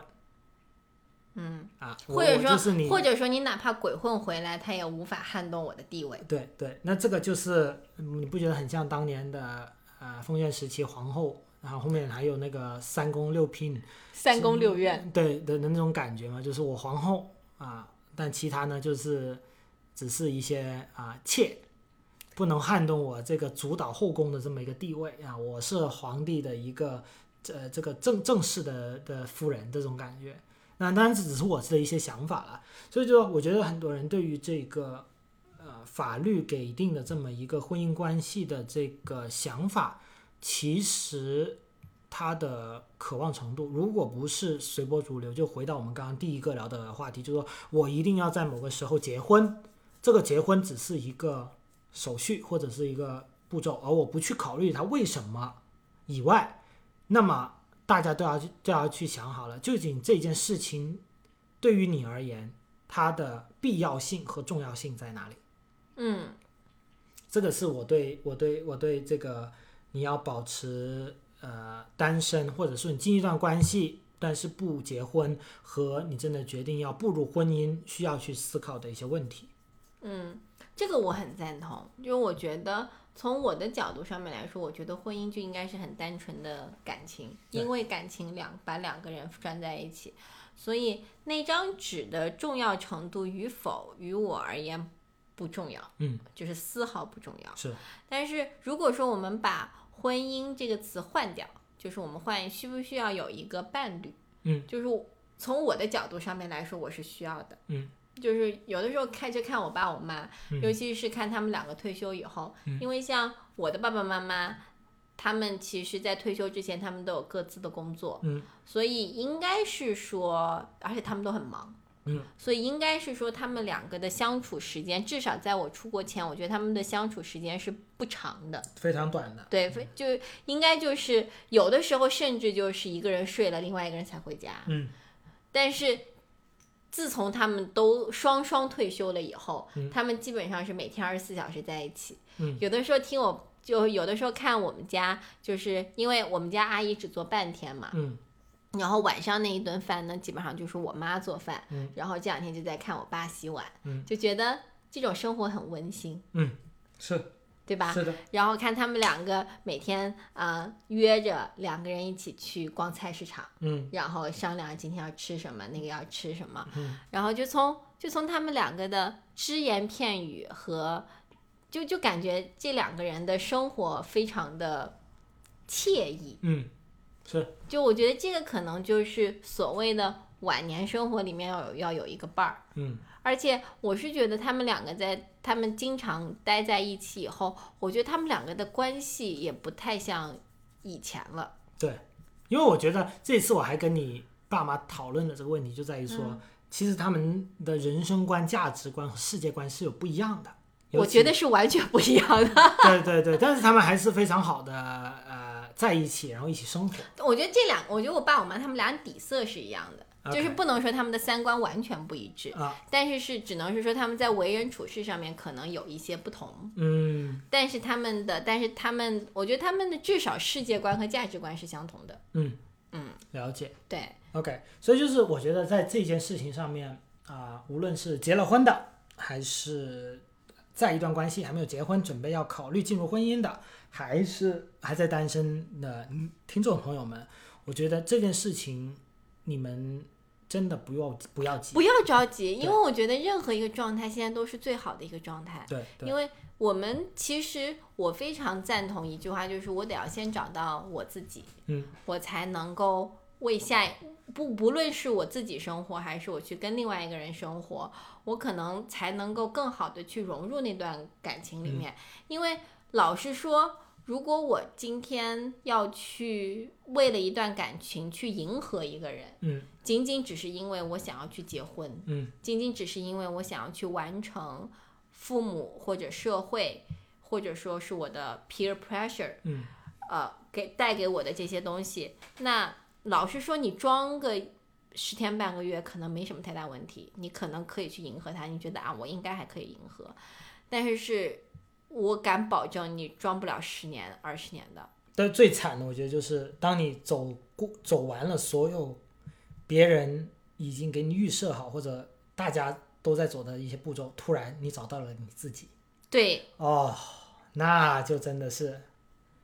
A: 嗯，
B: 啊，我
A: 或者
B: 我就是
A: 说
B: 你
A: 或者说你哪怕鬼混回来，他也无法撼动我的地位。
B: 对对，那这个就是嗯你不觉得很像当年的呃封建时期皇后，然后后面还有那个三宫六嫔，
A: 三宫六院，
B: 对的那种感觉嘛，就是我皇后啊，但其他呢就是只是一些啊妾，不能撼动我这个主导后宫的这么一个地位啊，我是皇帝的一个呃这个正正式的的夫人这种感觉。那当然这只是我的一些想法了，所以就说我觉得很多人对于这个呃法律给定的这么一个婚姻关系的这个想法，其实它的渴望程度，如果不是随波逐流，就回到我们刚刚第一个聊的话题，就是说我一定要在某个时候结婚，这个结婚只是一个手续或者是一个步骤，而我不去考虑它为什么以外，那么大家都要去都要去想好了，究竟这件事情对于你而言，它的必要性和重要性在哪里？
A: 嗯，
B: 这个是我对我对我对这个你要保持呃单身，或者说你进一段关系，但是不结婚，和你真的决定要步入婚姻需要去思考的一些问题。
A: 这个我很赞同，因为我觉得从我的角度上面来说，我觉得婚姻就应该是很单纯的感情，
B: 对
A: 因为感情两把两个人拴在一起，所以那张纸的重要程度与否，于我而言不重要，
B: 嗯，
A: 就是丝毫不重要。
B: 是，
A: 但是如果说我们把婚姻这个词换掉，就是我们换需不需要有一个伴侣？
B: 嗯，
A: 就是从我的角度上面来说，我是需要的。
B: 嗯，
A: 就是有的时候看就看我爸我妈，
B: 嗯
A: 尤其是看他们两个退休以后，
B: 嗯
A: 因为像我的爸爸妈妈。他们其实，在退休之前，他们都有各自的工作，
B: 嗯，
A: 所以应该是说，而且他们都很忙，
B: 嗯，
A: 所以应该是说，他们两个的相处时间，至少在我出国前，我觉得他们的相处时间是不长的，
B: 非常短的。
A: 对，非就应该就是有的时候甚至就是一个人睡了，另外一个人才回家。
B: 嗯，
A: 但是自从他们都双双退休了以后，
B: 嗯
A: 他们基本上是每天二十四小时在一起。
B: 嗯，
A: 有的时候听我就有的时候看我们家，就是因为我们家阿姨只做半天嘛，
B: 嗯
A: 然后晚上那一顿饭呢，基本上就是我妈做饭，
B: 嗯
A: 然后这两天就在看我爸洗碗，
B: 嗯
A: 就觉得这种生活很温馨，
B: 嗯，是
A: 对吧？
B: 是的，
A: 然后看他们两个每天啊、呃约着两个人一起去逛菜市场，
B: 嗯
A: 然后商量今天要吃什么，那个要吃什么，
B: 嗯
A: 然后就从就从他们两个的只言片语和就就感觉这两个人的生活非常的惬意，
B: 嗯，是
A: 就我觉得这个可能就是所谓的晚年生活里面要有要有一个伴儿。
B: 嗯
A: 而且我是觉得他们两个在他们经常待在一起以后，我觉得他们两个的关系也不太像以前了。
B: 对，因为我觉得这次我还跟你爸妈讨论的这个问题就在于说，
A: 嗯
B: 其实他们的人生观、价值观和世界观是有不一样的。
A: 我
B: 尤其
A: 觉得是完全不一样的。
B: 对对对，但是他们还是非常好的呃在一起，然后一起生活。
A: 我觉得这两，我觉得我爸我妈他们俩底色是一样的，就是
B: OK
A: 不能说他们的三观完全不一致，
B: 啊，
A: 但是是只能是说他们在为人处事上面可能有一些不同，
B: 嗯
A: 但是他们的，但是他们，我觉得他们的至少世界观和价值观是相同的。
B: 嗯
A: 嗯，
B: 了解。
A: 对，
B: OK，所以就是我觉得在这件事情上面啊、无论是结了婚的，还是在一段关系还没有结婚，准备要考虑进入婚姻的，还是还在单身的嗯听众朋友们，我觉得这件事情你们真的不要不要急。
A: 不要着急，因为我觉得任何一个状态现在都是最好的一个状态。
B: 对对
A: 因为我们其实我非常赞同一句话，就是我得要先找到我自己，
B: 嗯，
A: 我才能够为下不不论是我自己生活，还是我去跟另外一个人生活，我可能才能够更好的去融入那段感情里
B: 嗯
A: 面。因为老实说，如果我今天要去为了一段感情去迎合一个人，
B: 嗯
A: 仅仅只是因为我想要去结婚，
B: 嗯
A: 仅仅只是因为我想要去完成父母或者社会，或者说是我的 peer pressure，
B: 嗯
A: 呃，给带给我的这些东西，那老实说，你装个十天半个月可能没什么太大问题，你可能可以去迎合他，你觉得啊，我应该还可以迎合，但是是我敢保证你装不了十年二十年的，
B: 但最惨的，我觉得就是当你走过走完了所有别人已经给你预设好，或者大家都在走的一些步骤，突然你找到了你自己，
A: 对
B: 哦，那就真的是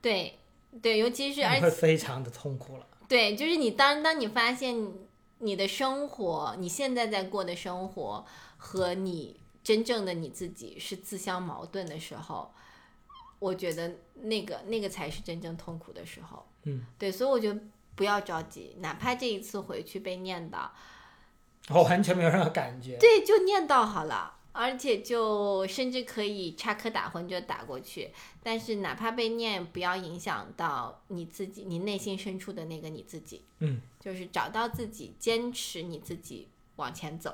A: 对对，尤其是而
B: 你
A: 且
B: 会非常的痛苦了。
A: 对，就是你当当你发现你的生活，你现在在过的生活和你真正的你自己是自相矛盾的时候，我觉得那个那个才是真正痛苦的时候。
B: 嗯，
A: 对，所以我觉得不要着急，哪怕这一次回去被念叨，
B: 我完全没有任何感觉。
A: 对，就念叨好了。而且就甚至可以插科打诨就打过去，但是哪怕被念，不要影响到你自己，你内心深处的那个你自己。
B: 嗯，
A: 就是找到自己，坚持你自己往前走。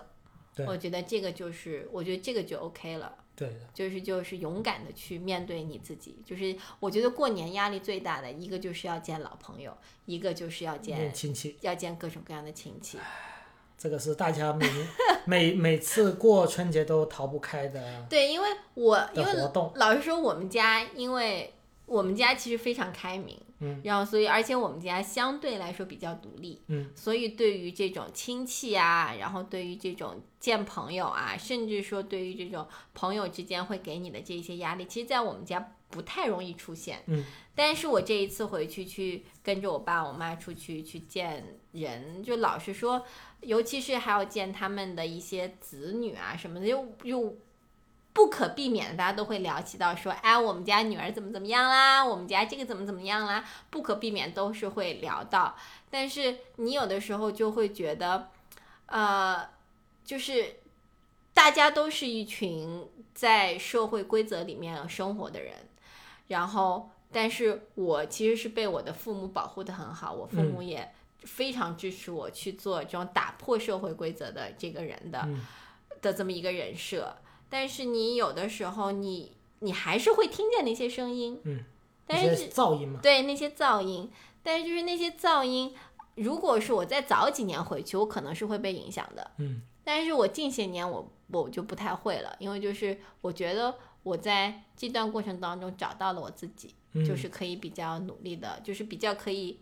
B: 对
A: 我觉得这个就是，我觉得这个就 OK 了。
B: 对的，
A: 就是就是勇敢的去面对你自己。就是我觉得过年压力最大的一个就是要见老朋友，一个就是要
B: 因为
A: 见
B: 亲戚。
A: 要见各种各样的亲戚。
B: 这个是大家每每每次过春节都逃不开的
A: 对，因为我因
B: 的
A: 为
B: 活动。
A: 老实说，我们家因为我们家其实非常开明，
B: 嗯，
A: 然后所以而且我们家相对来说比较独立，
B: 嗯，
A: 所以对于这种亲戚啊，然后对于这种见朋友啊，甚至说对于这种朋友之间会给你的这些压力，其实，在我们家不太容易出现，
B: 嗯，
A: 但是我这一次回去去跟着我爸我妈出去去见人，就老实说，尤其是还要见他们的一些子女啊什么的，就就不可避免的，大家都会聊起到说，哎，我们家女儿怎么怎么样啦，我们家这个怎么怎么样啦，不可避免都是会聊到。但是你有的时候就会觉得，呃，就是大家都是一群在社会规则里面生活的人，然后，但是我其实是被我的父母保护的很好，我父
B: 嗯
A: 母也非常支持我去做这种打破社会规则的这个人的、
B: 嗯
A: 的这么一个人设。但是你有的时候你，你还是会听见那些声音，
B: 嗯，
A: 但
B: 一
A: 是
B: 些噪音嘛，
A: 对那些噪音，但是就是那些噪音，如果是我再早几年回去，我可能是会被影响的。
B: 嗯，
A: 但是我近些年我我就不太会了，因为就是我觉得我在这段过程当中找到了我自己，
B: 嗯
A: 就是可以比较努力的，就是比较可以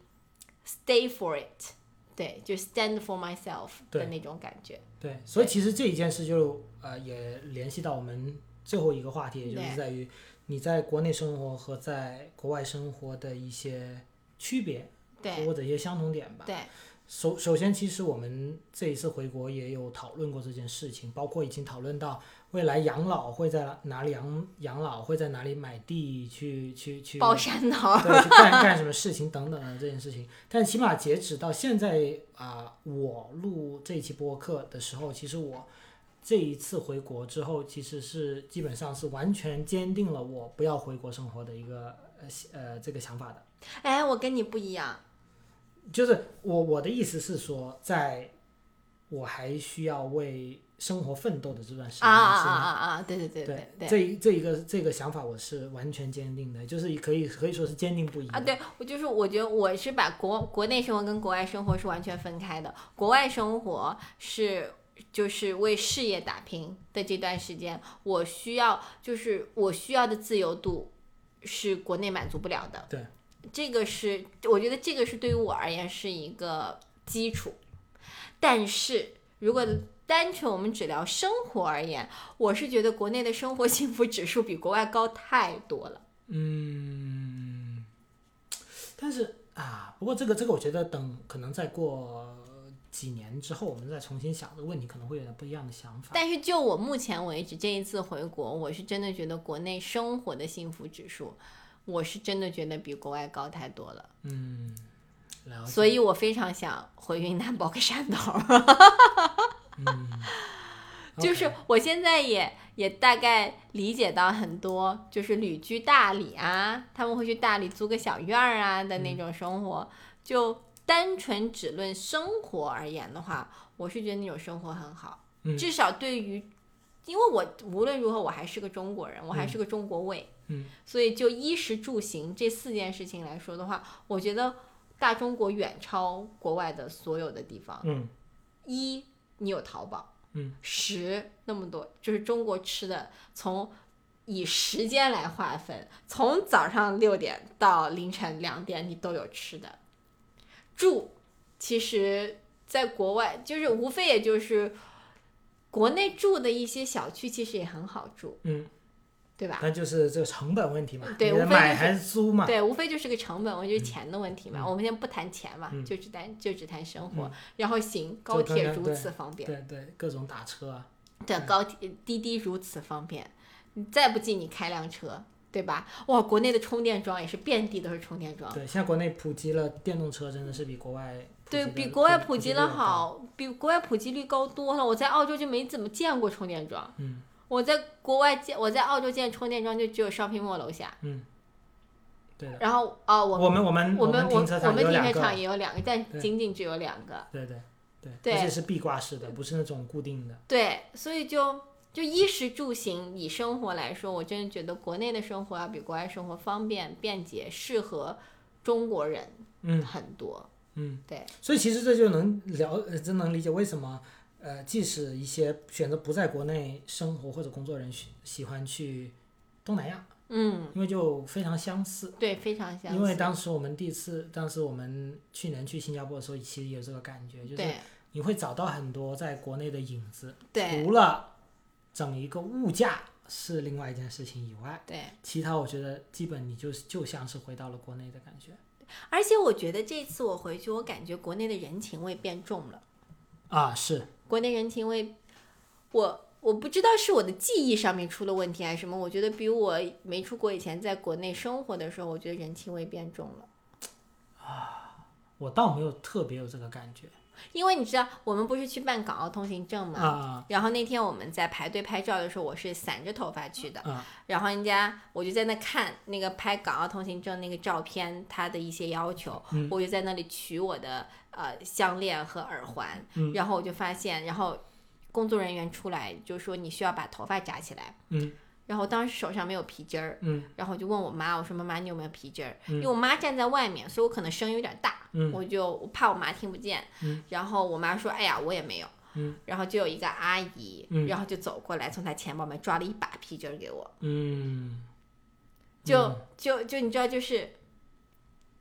A: stay for it，对，就 stand for myself 的
B: 对
A: 那种感觉。
B: 对，所以其实这一件事就呃也联系到我们最后一个话题，也就是
A: 对
B: 在于你在国内生活和在国外生活的一些区别，
A: 对
B: 或者一些相同点吧。
A: 对
B: 首首先，其实我们这一次回国也有讨论过这件事情，包括已经讨论到未来养老会在哪里养养老，会在哪里买地去去去
A: 包山 头，
B: 对，去干干什么事情等等的这件事情。但起码截止到现在啊、我录这一期播客的时候，其实我这一次回国之后，其实是基本上是完全坚定了我不要回国生活的一个呃呃这个想法的。
A: 哎，我跟你不一样，
B: 就是我我的意思是说，在我还需要为生活奋斗的这段时
A: 啊
B: 间
A: 啊
B: 之
A: 啊
B: 内
A: 啊啊！对对对对对。
B: 这一这一个这个想法我是完全坚定的，就是可以可以说是坚定不移的
A: 啊，对我就是我觉得我是把国国内生活跟国外生活是完全分开的，国外生活是。就是为事业打拼的这段时间，我需要就是我需要的自由度是国内满足不了的。
B: 对，
A: 这个是我觉得这个是对于我而言是一个基础，但是如果单纯我们只聊生活而言，我是觉得国内的生活幸福指数比国外高太多了。
B: 嗯，但是啊，不过这个这个，我觉得等可能再过几年之后，我们再重新想这个问题，可能会有点不一样的想法。
A: 但是就我目前为止，这一次回国，我是真的觉得国内生活的幸福指数，我是真的觉得比国外高太多了。
B: 嗯，了解
A: 所以我非常想回云南 包个山头。就是
B: OK
A: 我现在也也大概理解到很多，就是旅居大理啊，他们会去大理租个小院儿啊的
B: 嗯
A: 那种生活。就单纯只论生活而言的话，我是觉得那种生活很好，
B: 嗯
A: 至少对于，因为我无论如何我还是个中国人，我还是个中国胃，
B: 嗯
A: 所以就衣食住行这四件事情来说的话，我觉得大中国远超国外的所有的地方。
B: 嗯
A: 一你有淘宝，
B: 嗯，
A: 十那么多，就是中国吃的，从以时间来划分，从早上六点到凌晨两点，你都有吃的。住，其实在国外，就是无非也就是国内住的一些小区，其实也很好住，
B: 嗯，
A: 对吧？
B: 那就是这个成本问题嘛，
A: 对
B: 你
A: 无
B: 的
A: 非
B: 买
A: 就是
B: 还是租嘛，
A: 对，无非就是个成本，我觉得钱的问题嘛。
B: 嗯
A: 我们先不谈钱嘛，
B: 嗯
A: 就只谈就只谈生活。
B: 嗯
A: 然后行，高
B: 就
A: 铁
B: 刚才
A: 如
B: 对
A: 此方便，
B: 对对，各种打车啊，
A: 对，
B: 嗯
A: 高铁滴滴如此方便，你再不济你开辆车，对吧？哇，国内的充电桩也是遍地都是充电桩，
B: 对，现在国内普及了电动车，真的是比国外普及
A: 对
B: 的
A: 比国外
B: 普
A: 普
B: 及
A: 及
B: 率要
A: 了
B: 高，
A: 好，比国外普及率高多了。我在澳洲就没怎么见过充电桩，
B: 嗯，
A: 我在国外见我在澳洲见充电桩就只有 shopping mall 楼下，
B: 对的。
A: 然后哦，我
B: 我们我们
A: 我
B: 们
A: 我
B: 停车
A: 我
B: 场
A: 们
B: 有
A: 停
B: 两
A: 车
B: 个
A: 场，也有两个，但
B: 对
A: 仅仅只有两个。
B: 对对对，
A: 对
B: 而且是壁挂式的，不是那种固定的。
A: 对，所以就就衣食住行，以生活来说，我真的觉得国内的生活要比国外生活方便、便捷，适合中国人
B: 嗯
A: 很多。
B: 嗯，
A: 对。
B: 所以其实这就能了，呃真能理解为什么，呃，即使一些选择不在国内生活或者工作人喜喜欢去东南亚，
A: 嗯，
B: 因为就非常相似。
A: 对，非常相似。
B: 因为当时我们第一次，当时我们去年去新加坡的时候，其实也有这个感觉，就是
A: 对
B: 你会找到很多在国内的影子，
A: 对
B: 除了整一个物价是另外一件事情以外，
A: 对，
B: 其他我觉得基本你就是就像是回到了国内的感觉。
A: 而且我觉得这次我回去，我感觉国内的人情味变重了。
B: 啊，是，
A: 国内人情味，我我不知道是我的记忆上面出了问题还是什么，我觉得比我没出国以前在国内生活的时候，我觉得人情味变重了。
B: 我倒没有特别有这个感觉
A: 因为你知道，我们不是去办港澳通行证嘛，
B: 啊
A: 然后那天我们在排队拍照的时候，我是散着头发去的，
B: 啊
A: 然后人家我就在那看那个拍港澳通行证那个照片，它的一些要求，
B: 嗯
A: 我就在那里取我的呃项链和耳环，
B: 嗯
A: 然后我就发现，然后工作人员出来就说你需要把头发扎起来，
B: 嗯
A: 然后我当时手上没有皮筋儿，
B: 嗯
A: 然后我就问我妈，我说妈妈你有没有皮筋儿？
B: 嗯
A: 因为我妈站在外面，所以我可能声音有点大，
B: 嗯
A: 我就我怕我妈听不见，
B: 嗯
A: 然后我妈说：“哎呀，我也没有。
B: 嗯
A: 然后就有一个阿姨，
B: 嗯
A: 然后就走过来，从她钱包里面抓了一把皮筋儿给我，
B: 嗯，
A: 就、
B: 嗯
A: 就就你知道，就是，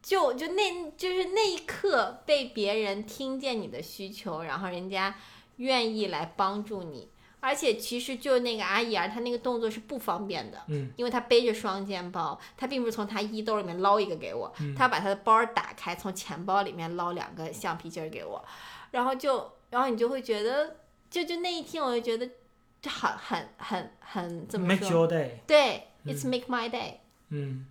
A: 就就那就是那一刻被别人听见你的需求，然后人家愿意来帮助你，而且其实就那个阿姨啊，她那个动作是不方便的，
B: 嗯，
A: 因为她背着双肩包，她并不是从她衣兜里面捞一个给我，
B: 嗯
A: 她把她的包儿打开，从钱包里面捞两个橡皮筋儿给我，然后就然后你就会觉得，就就那一天我就觉得。这很很很很怎么
B: make
A: 说？
B: your day，
A: 对
B: 嗯
A: ，It's make my day。
B: 嗯，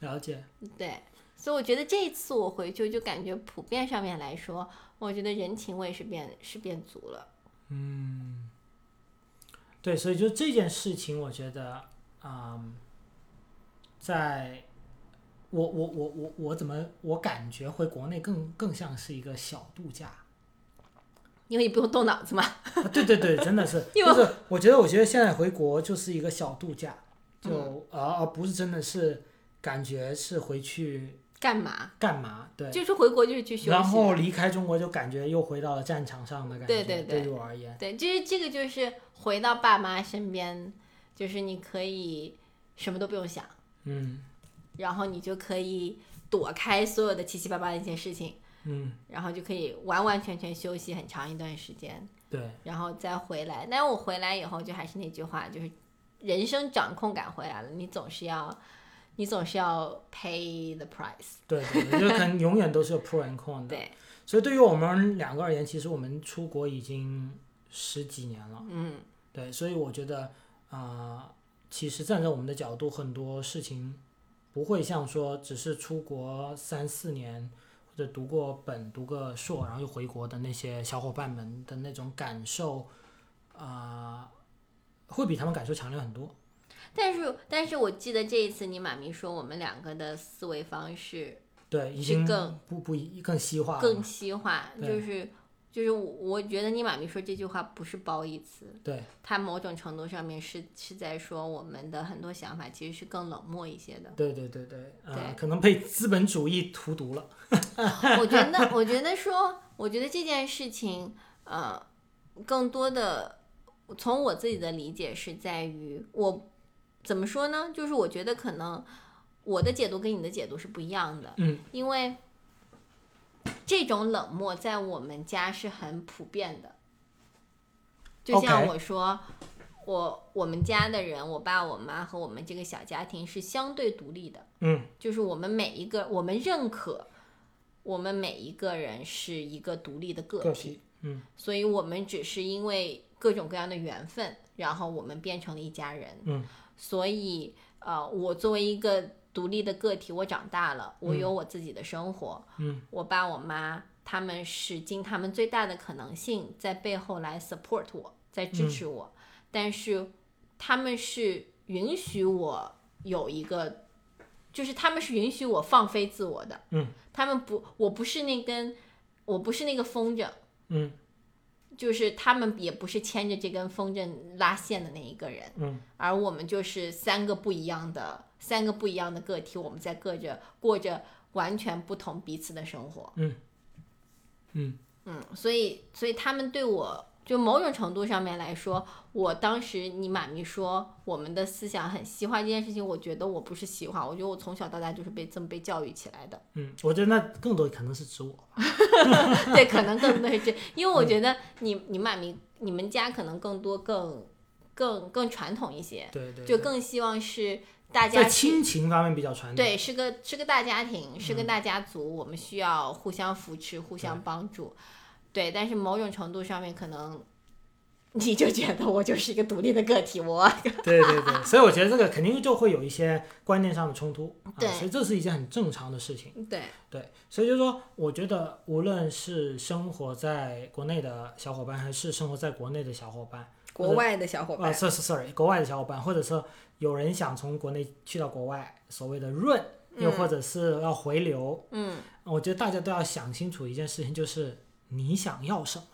B: 了解，
A: 对，所以我觉得这一次我回去，就感觉普遍上面来说，我觉得人情味是变是变足了。
B: 嗯，对，所以就这件事情，我觉得，嗯，在我我我我我怎么我感觉回国内更更像是一个小度假。
A: 因为你不用动脑子嘛，
B: 啊对对对，真的是，
A: 因
B: 就是我觉得，我觉得现在回国就是一个小度假，就
A: 嗯
B: 而而、不是真的是感觉是回去
A: 干嘛？
B: 干嘛，对。
A: 就是回国就是去休息。
B: 然后离开中国就感觉又回到了战场上的感
A: 对
B: 觉，
A: 对对
B: 于我而言，
A: 对，就是这个就是回到爸妈身边，就是你可以什么都不用想，
B: 嗯
A: 然后你就可以躲开所有的七七八八的一些事情，
B: 嗯，
A: 然后就可以完完全全休息很长一段时间。
B: 对，
A: 然后再回来。但我回来以后，就还是那句话，就是人生掌控感回来了，你总是要，你总是要 pay the price。
B: 对对，对，就是可能永远都是有 pro and con 的。
A: 对，
B: 所以对于我们两个而言，其实我们出国已经十几年了。
A: 嗯，
B: 对，所以我觉得啊、呃其实站在我们的角度，很多事情不会像说只是出国三四年或者读过本、读个硕，然后又回国的那些小伙伴们的那种感受啊、会比他们感受强烈很多。
A: 但是但是我记得这一次你妈咪说我们两个的思维方式
B: 对，已
A: 是
B: 经
A: 更
B: 不不一更西化了
A: 更
B: 嘛
A: 西化，
B: 对
A: 就是就是我我觉得你妈咪说这句话不是褒义词，
B: 对
A: 它某种程度上面是是在说我们的很多想法其实是更冷漠一些的。
B: 对对对对，啊、
A: 对
B: 可能被资本主义荼毒了。
A: 我觉得，我觉得说，我觉得这件事情，呃，更多的从我自己的理解是在于我怎么说呢？就是我觉得可能我的解读跟你的解读是不一样的，
B: 嗯，
A: 因为这种冷漠在我们家是很普遍的。就像
B: OK
A: 我说我我们家的人，我爸、我妈和我们这个小家庭是相对独立的，
B: 嗯，
A: 就是我们每一个，我们认可我们每一个人是一个独立的个
B: 个
A: 体，
B: 体，嗯
A: 所以我们只是因为各种各样的缘分，然后我们变成了一家人。
B: 嗯，
A: 所以呃，我作为一个独立的个体，我长大了，我有我自己的生活。
B: 嗯，
A: 我爸我妈他们是尽他们最大的可能性在背后来 support 我，在支持我，但是他们是允许我有一个。就是他们是允许我放飞自我的，
B: 嗯，
A: 他们不，我不是那根，我不是那个风筝，
B: 嗯
A: 就是他们也不是牵着这根风筝拉线的那一个人，
B: 嗯
A: 而我们就是三个不一样的三个不一样的个体，我们在过着过着完全不同彼此的生活。
B: 嗯嗯
A: 嗯，所以所以他们对我就某种程度上面来说，我当时你妈咪说我们的思想很西化这件事情，我觉得我不是西化，我觉得我从小到大就是被这么被教育起来的。
B: 嗯，我觉得那更多可能是指我吧，
A: 对，可能更多是这，因为我觉得你你妈咪你们家可能更多更更更传统一些，
B: 对对，
A: 就
B: 对
A: 更希望是大家
B: 在
A: 是
B: 亲情方面比较传统，
A: 对是个是个大家庭，是个大家族，我们需要互相扶持、互相帮助。对，但是某种程度上面，可能你就觉得我就是一个独立的个体，我
B: 对对对，所以我觉得这个肯定就会有一些观念上的冲突，啊
A: 对
B: 所以这是一件很正常的事情。
A: 对
B: 对，所以就是说，我觉得无论是生活在国内的小伙伴，还是生活在国内的小伙伴，
A: 国外的小伙
B: 啊，是是 sorry，国外的小伙伴，或者是有人想从国内去到国外，所谓的润，又或者是要回流，呃
A: 嗯，
B: 我觉得大家都要想清楚一件事情，就是你想要什么。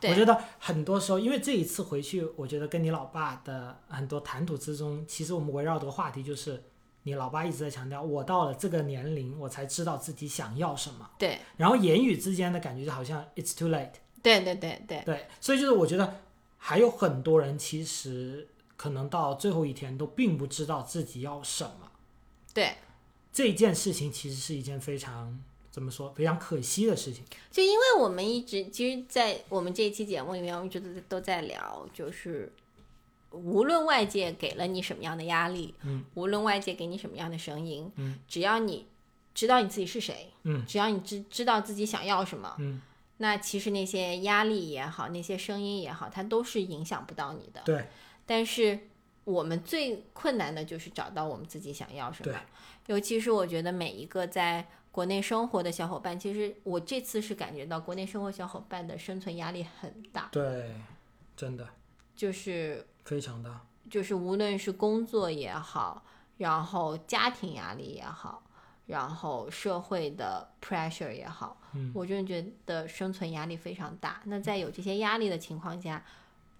A: 对
B: 我觉得很多时候，因为这一次回去，我觉得跟你老爸的很多谈吐之中，其实我们围绕这个话题就是，你老爸一直在强调，我到了这个年龄，我才知道自己想要什么。
A: 对
B: 然后言语之间的感觉就好像 it's too late。
A: 对对对对，
B: 对，所以就是我觉得还有很多人其实可能到最后一天都并不知道自己要什么。
A: 对，
B: 这件事情其实是一件非常怎么说非常可惜的事情。
A: 就因为我们一直，其实，在我们这一期节目里面，我们一直都都在聊，就是无论外界给了你什么样的压力，
B: 嗯，
A: 无论外界给你什么样的声音，
B: 嗯，
A: 只要你知道你自己是谁，
B: 嗯，
A: 只要你知知道自己想要什么，
B: 嗯，
A: 那其实那些压力也好，那些声音也好，它都是影响不到你的。
B: 对，
A: 但是我们最困难的就是找到我们自己想要什
B: 对
A: 么。尤其是我觉得每一个在国内生活的小伙伴，其实我这次是感觉到国内生活小伙伴的生存压力很大，
B: 对，真的
A: 就是
B: 非常大。
A: 就是无论是工作也好，然后家庭压力也好，然后社会的 pressure 也好，
B: 嗯
A: 我真的觉得生存压力非常大。那在有这些压力的情况下，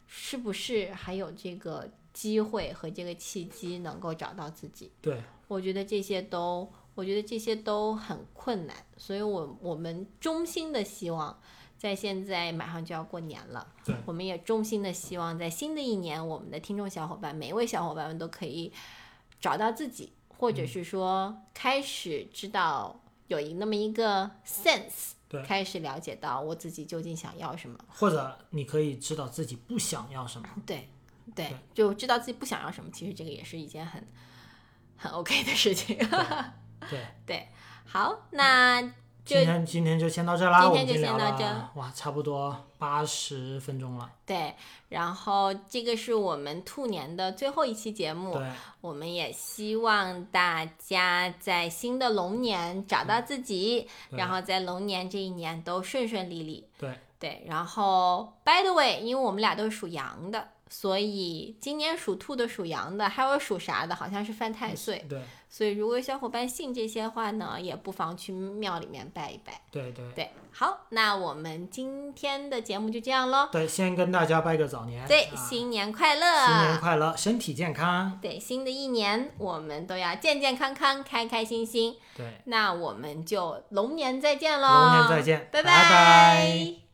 A: 是不是还有这个机会和这个契机能够找到自己？
B: 对，
A: 我觉得这些都，我觉得这些都很困难。所以我我们衷心的希望，在现在马上就要过年了
B: 对，
A: 我们也衷心的希望，在新的一年，我们的听众小伙伴，每一位小伙伴们都可以找到自己，或
B: 嗯
A: 者是说开始知道有一那么一个 sense，
B: 对
A: 开始了解到我自己究竟想要什么。
B: 或者你可以知道自己不想要什么。
A: 对，对
B: 对，
A: 就知道自己不想要什么。其实这个也是一件很很 OK 的事情。
B: 对，
A: 对，好，那就
B: 今天今天就先到这啦，
A: 今
B: 我
A: 天
B: 们
A: 就
B: 已经
A: 先
B: 聊
A: 到这
B: 了哇，差不多八十分钟了。
A: 对，然后这个是我们兔年的最后一期节目，
B: 对，
A: 我们也希望大家在新的龙年找到自己，
B: 嗯对
A: 然后在龙年这一年都顺顺利利。
B: 对，
A: 对，然后 by the way，因为我们俩都是属羊的，所以今年属兔的、属羊的，还有属啥的，好像是犯太岁。
B: 对，
A: 所以如果小伙伴信这些话呢，也不妨去庙里面拜一拜。
B: 对，对，
A: 对，好，那我们今天的节目就这样喽。
B: 对，先跟大家拜个早年。
A: 对，
B: 啊
A: 新年快乐！
B: 新年快乐，身体健康。
A: 对，新的一年我们都要健健康康、开开心心。
B: 对，
A: 那我们就龙年再见喽！
B: 龙年再见，
A: 拜
B: 拜拜
A: 拜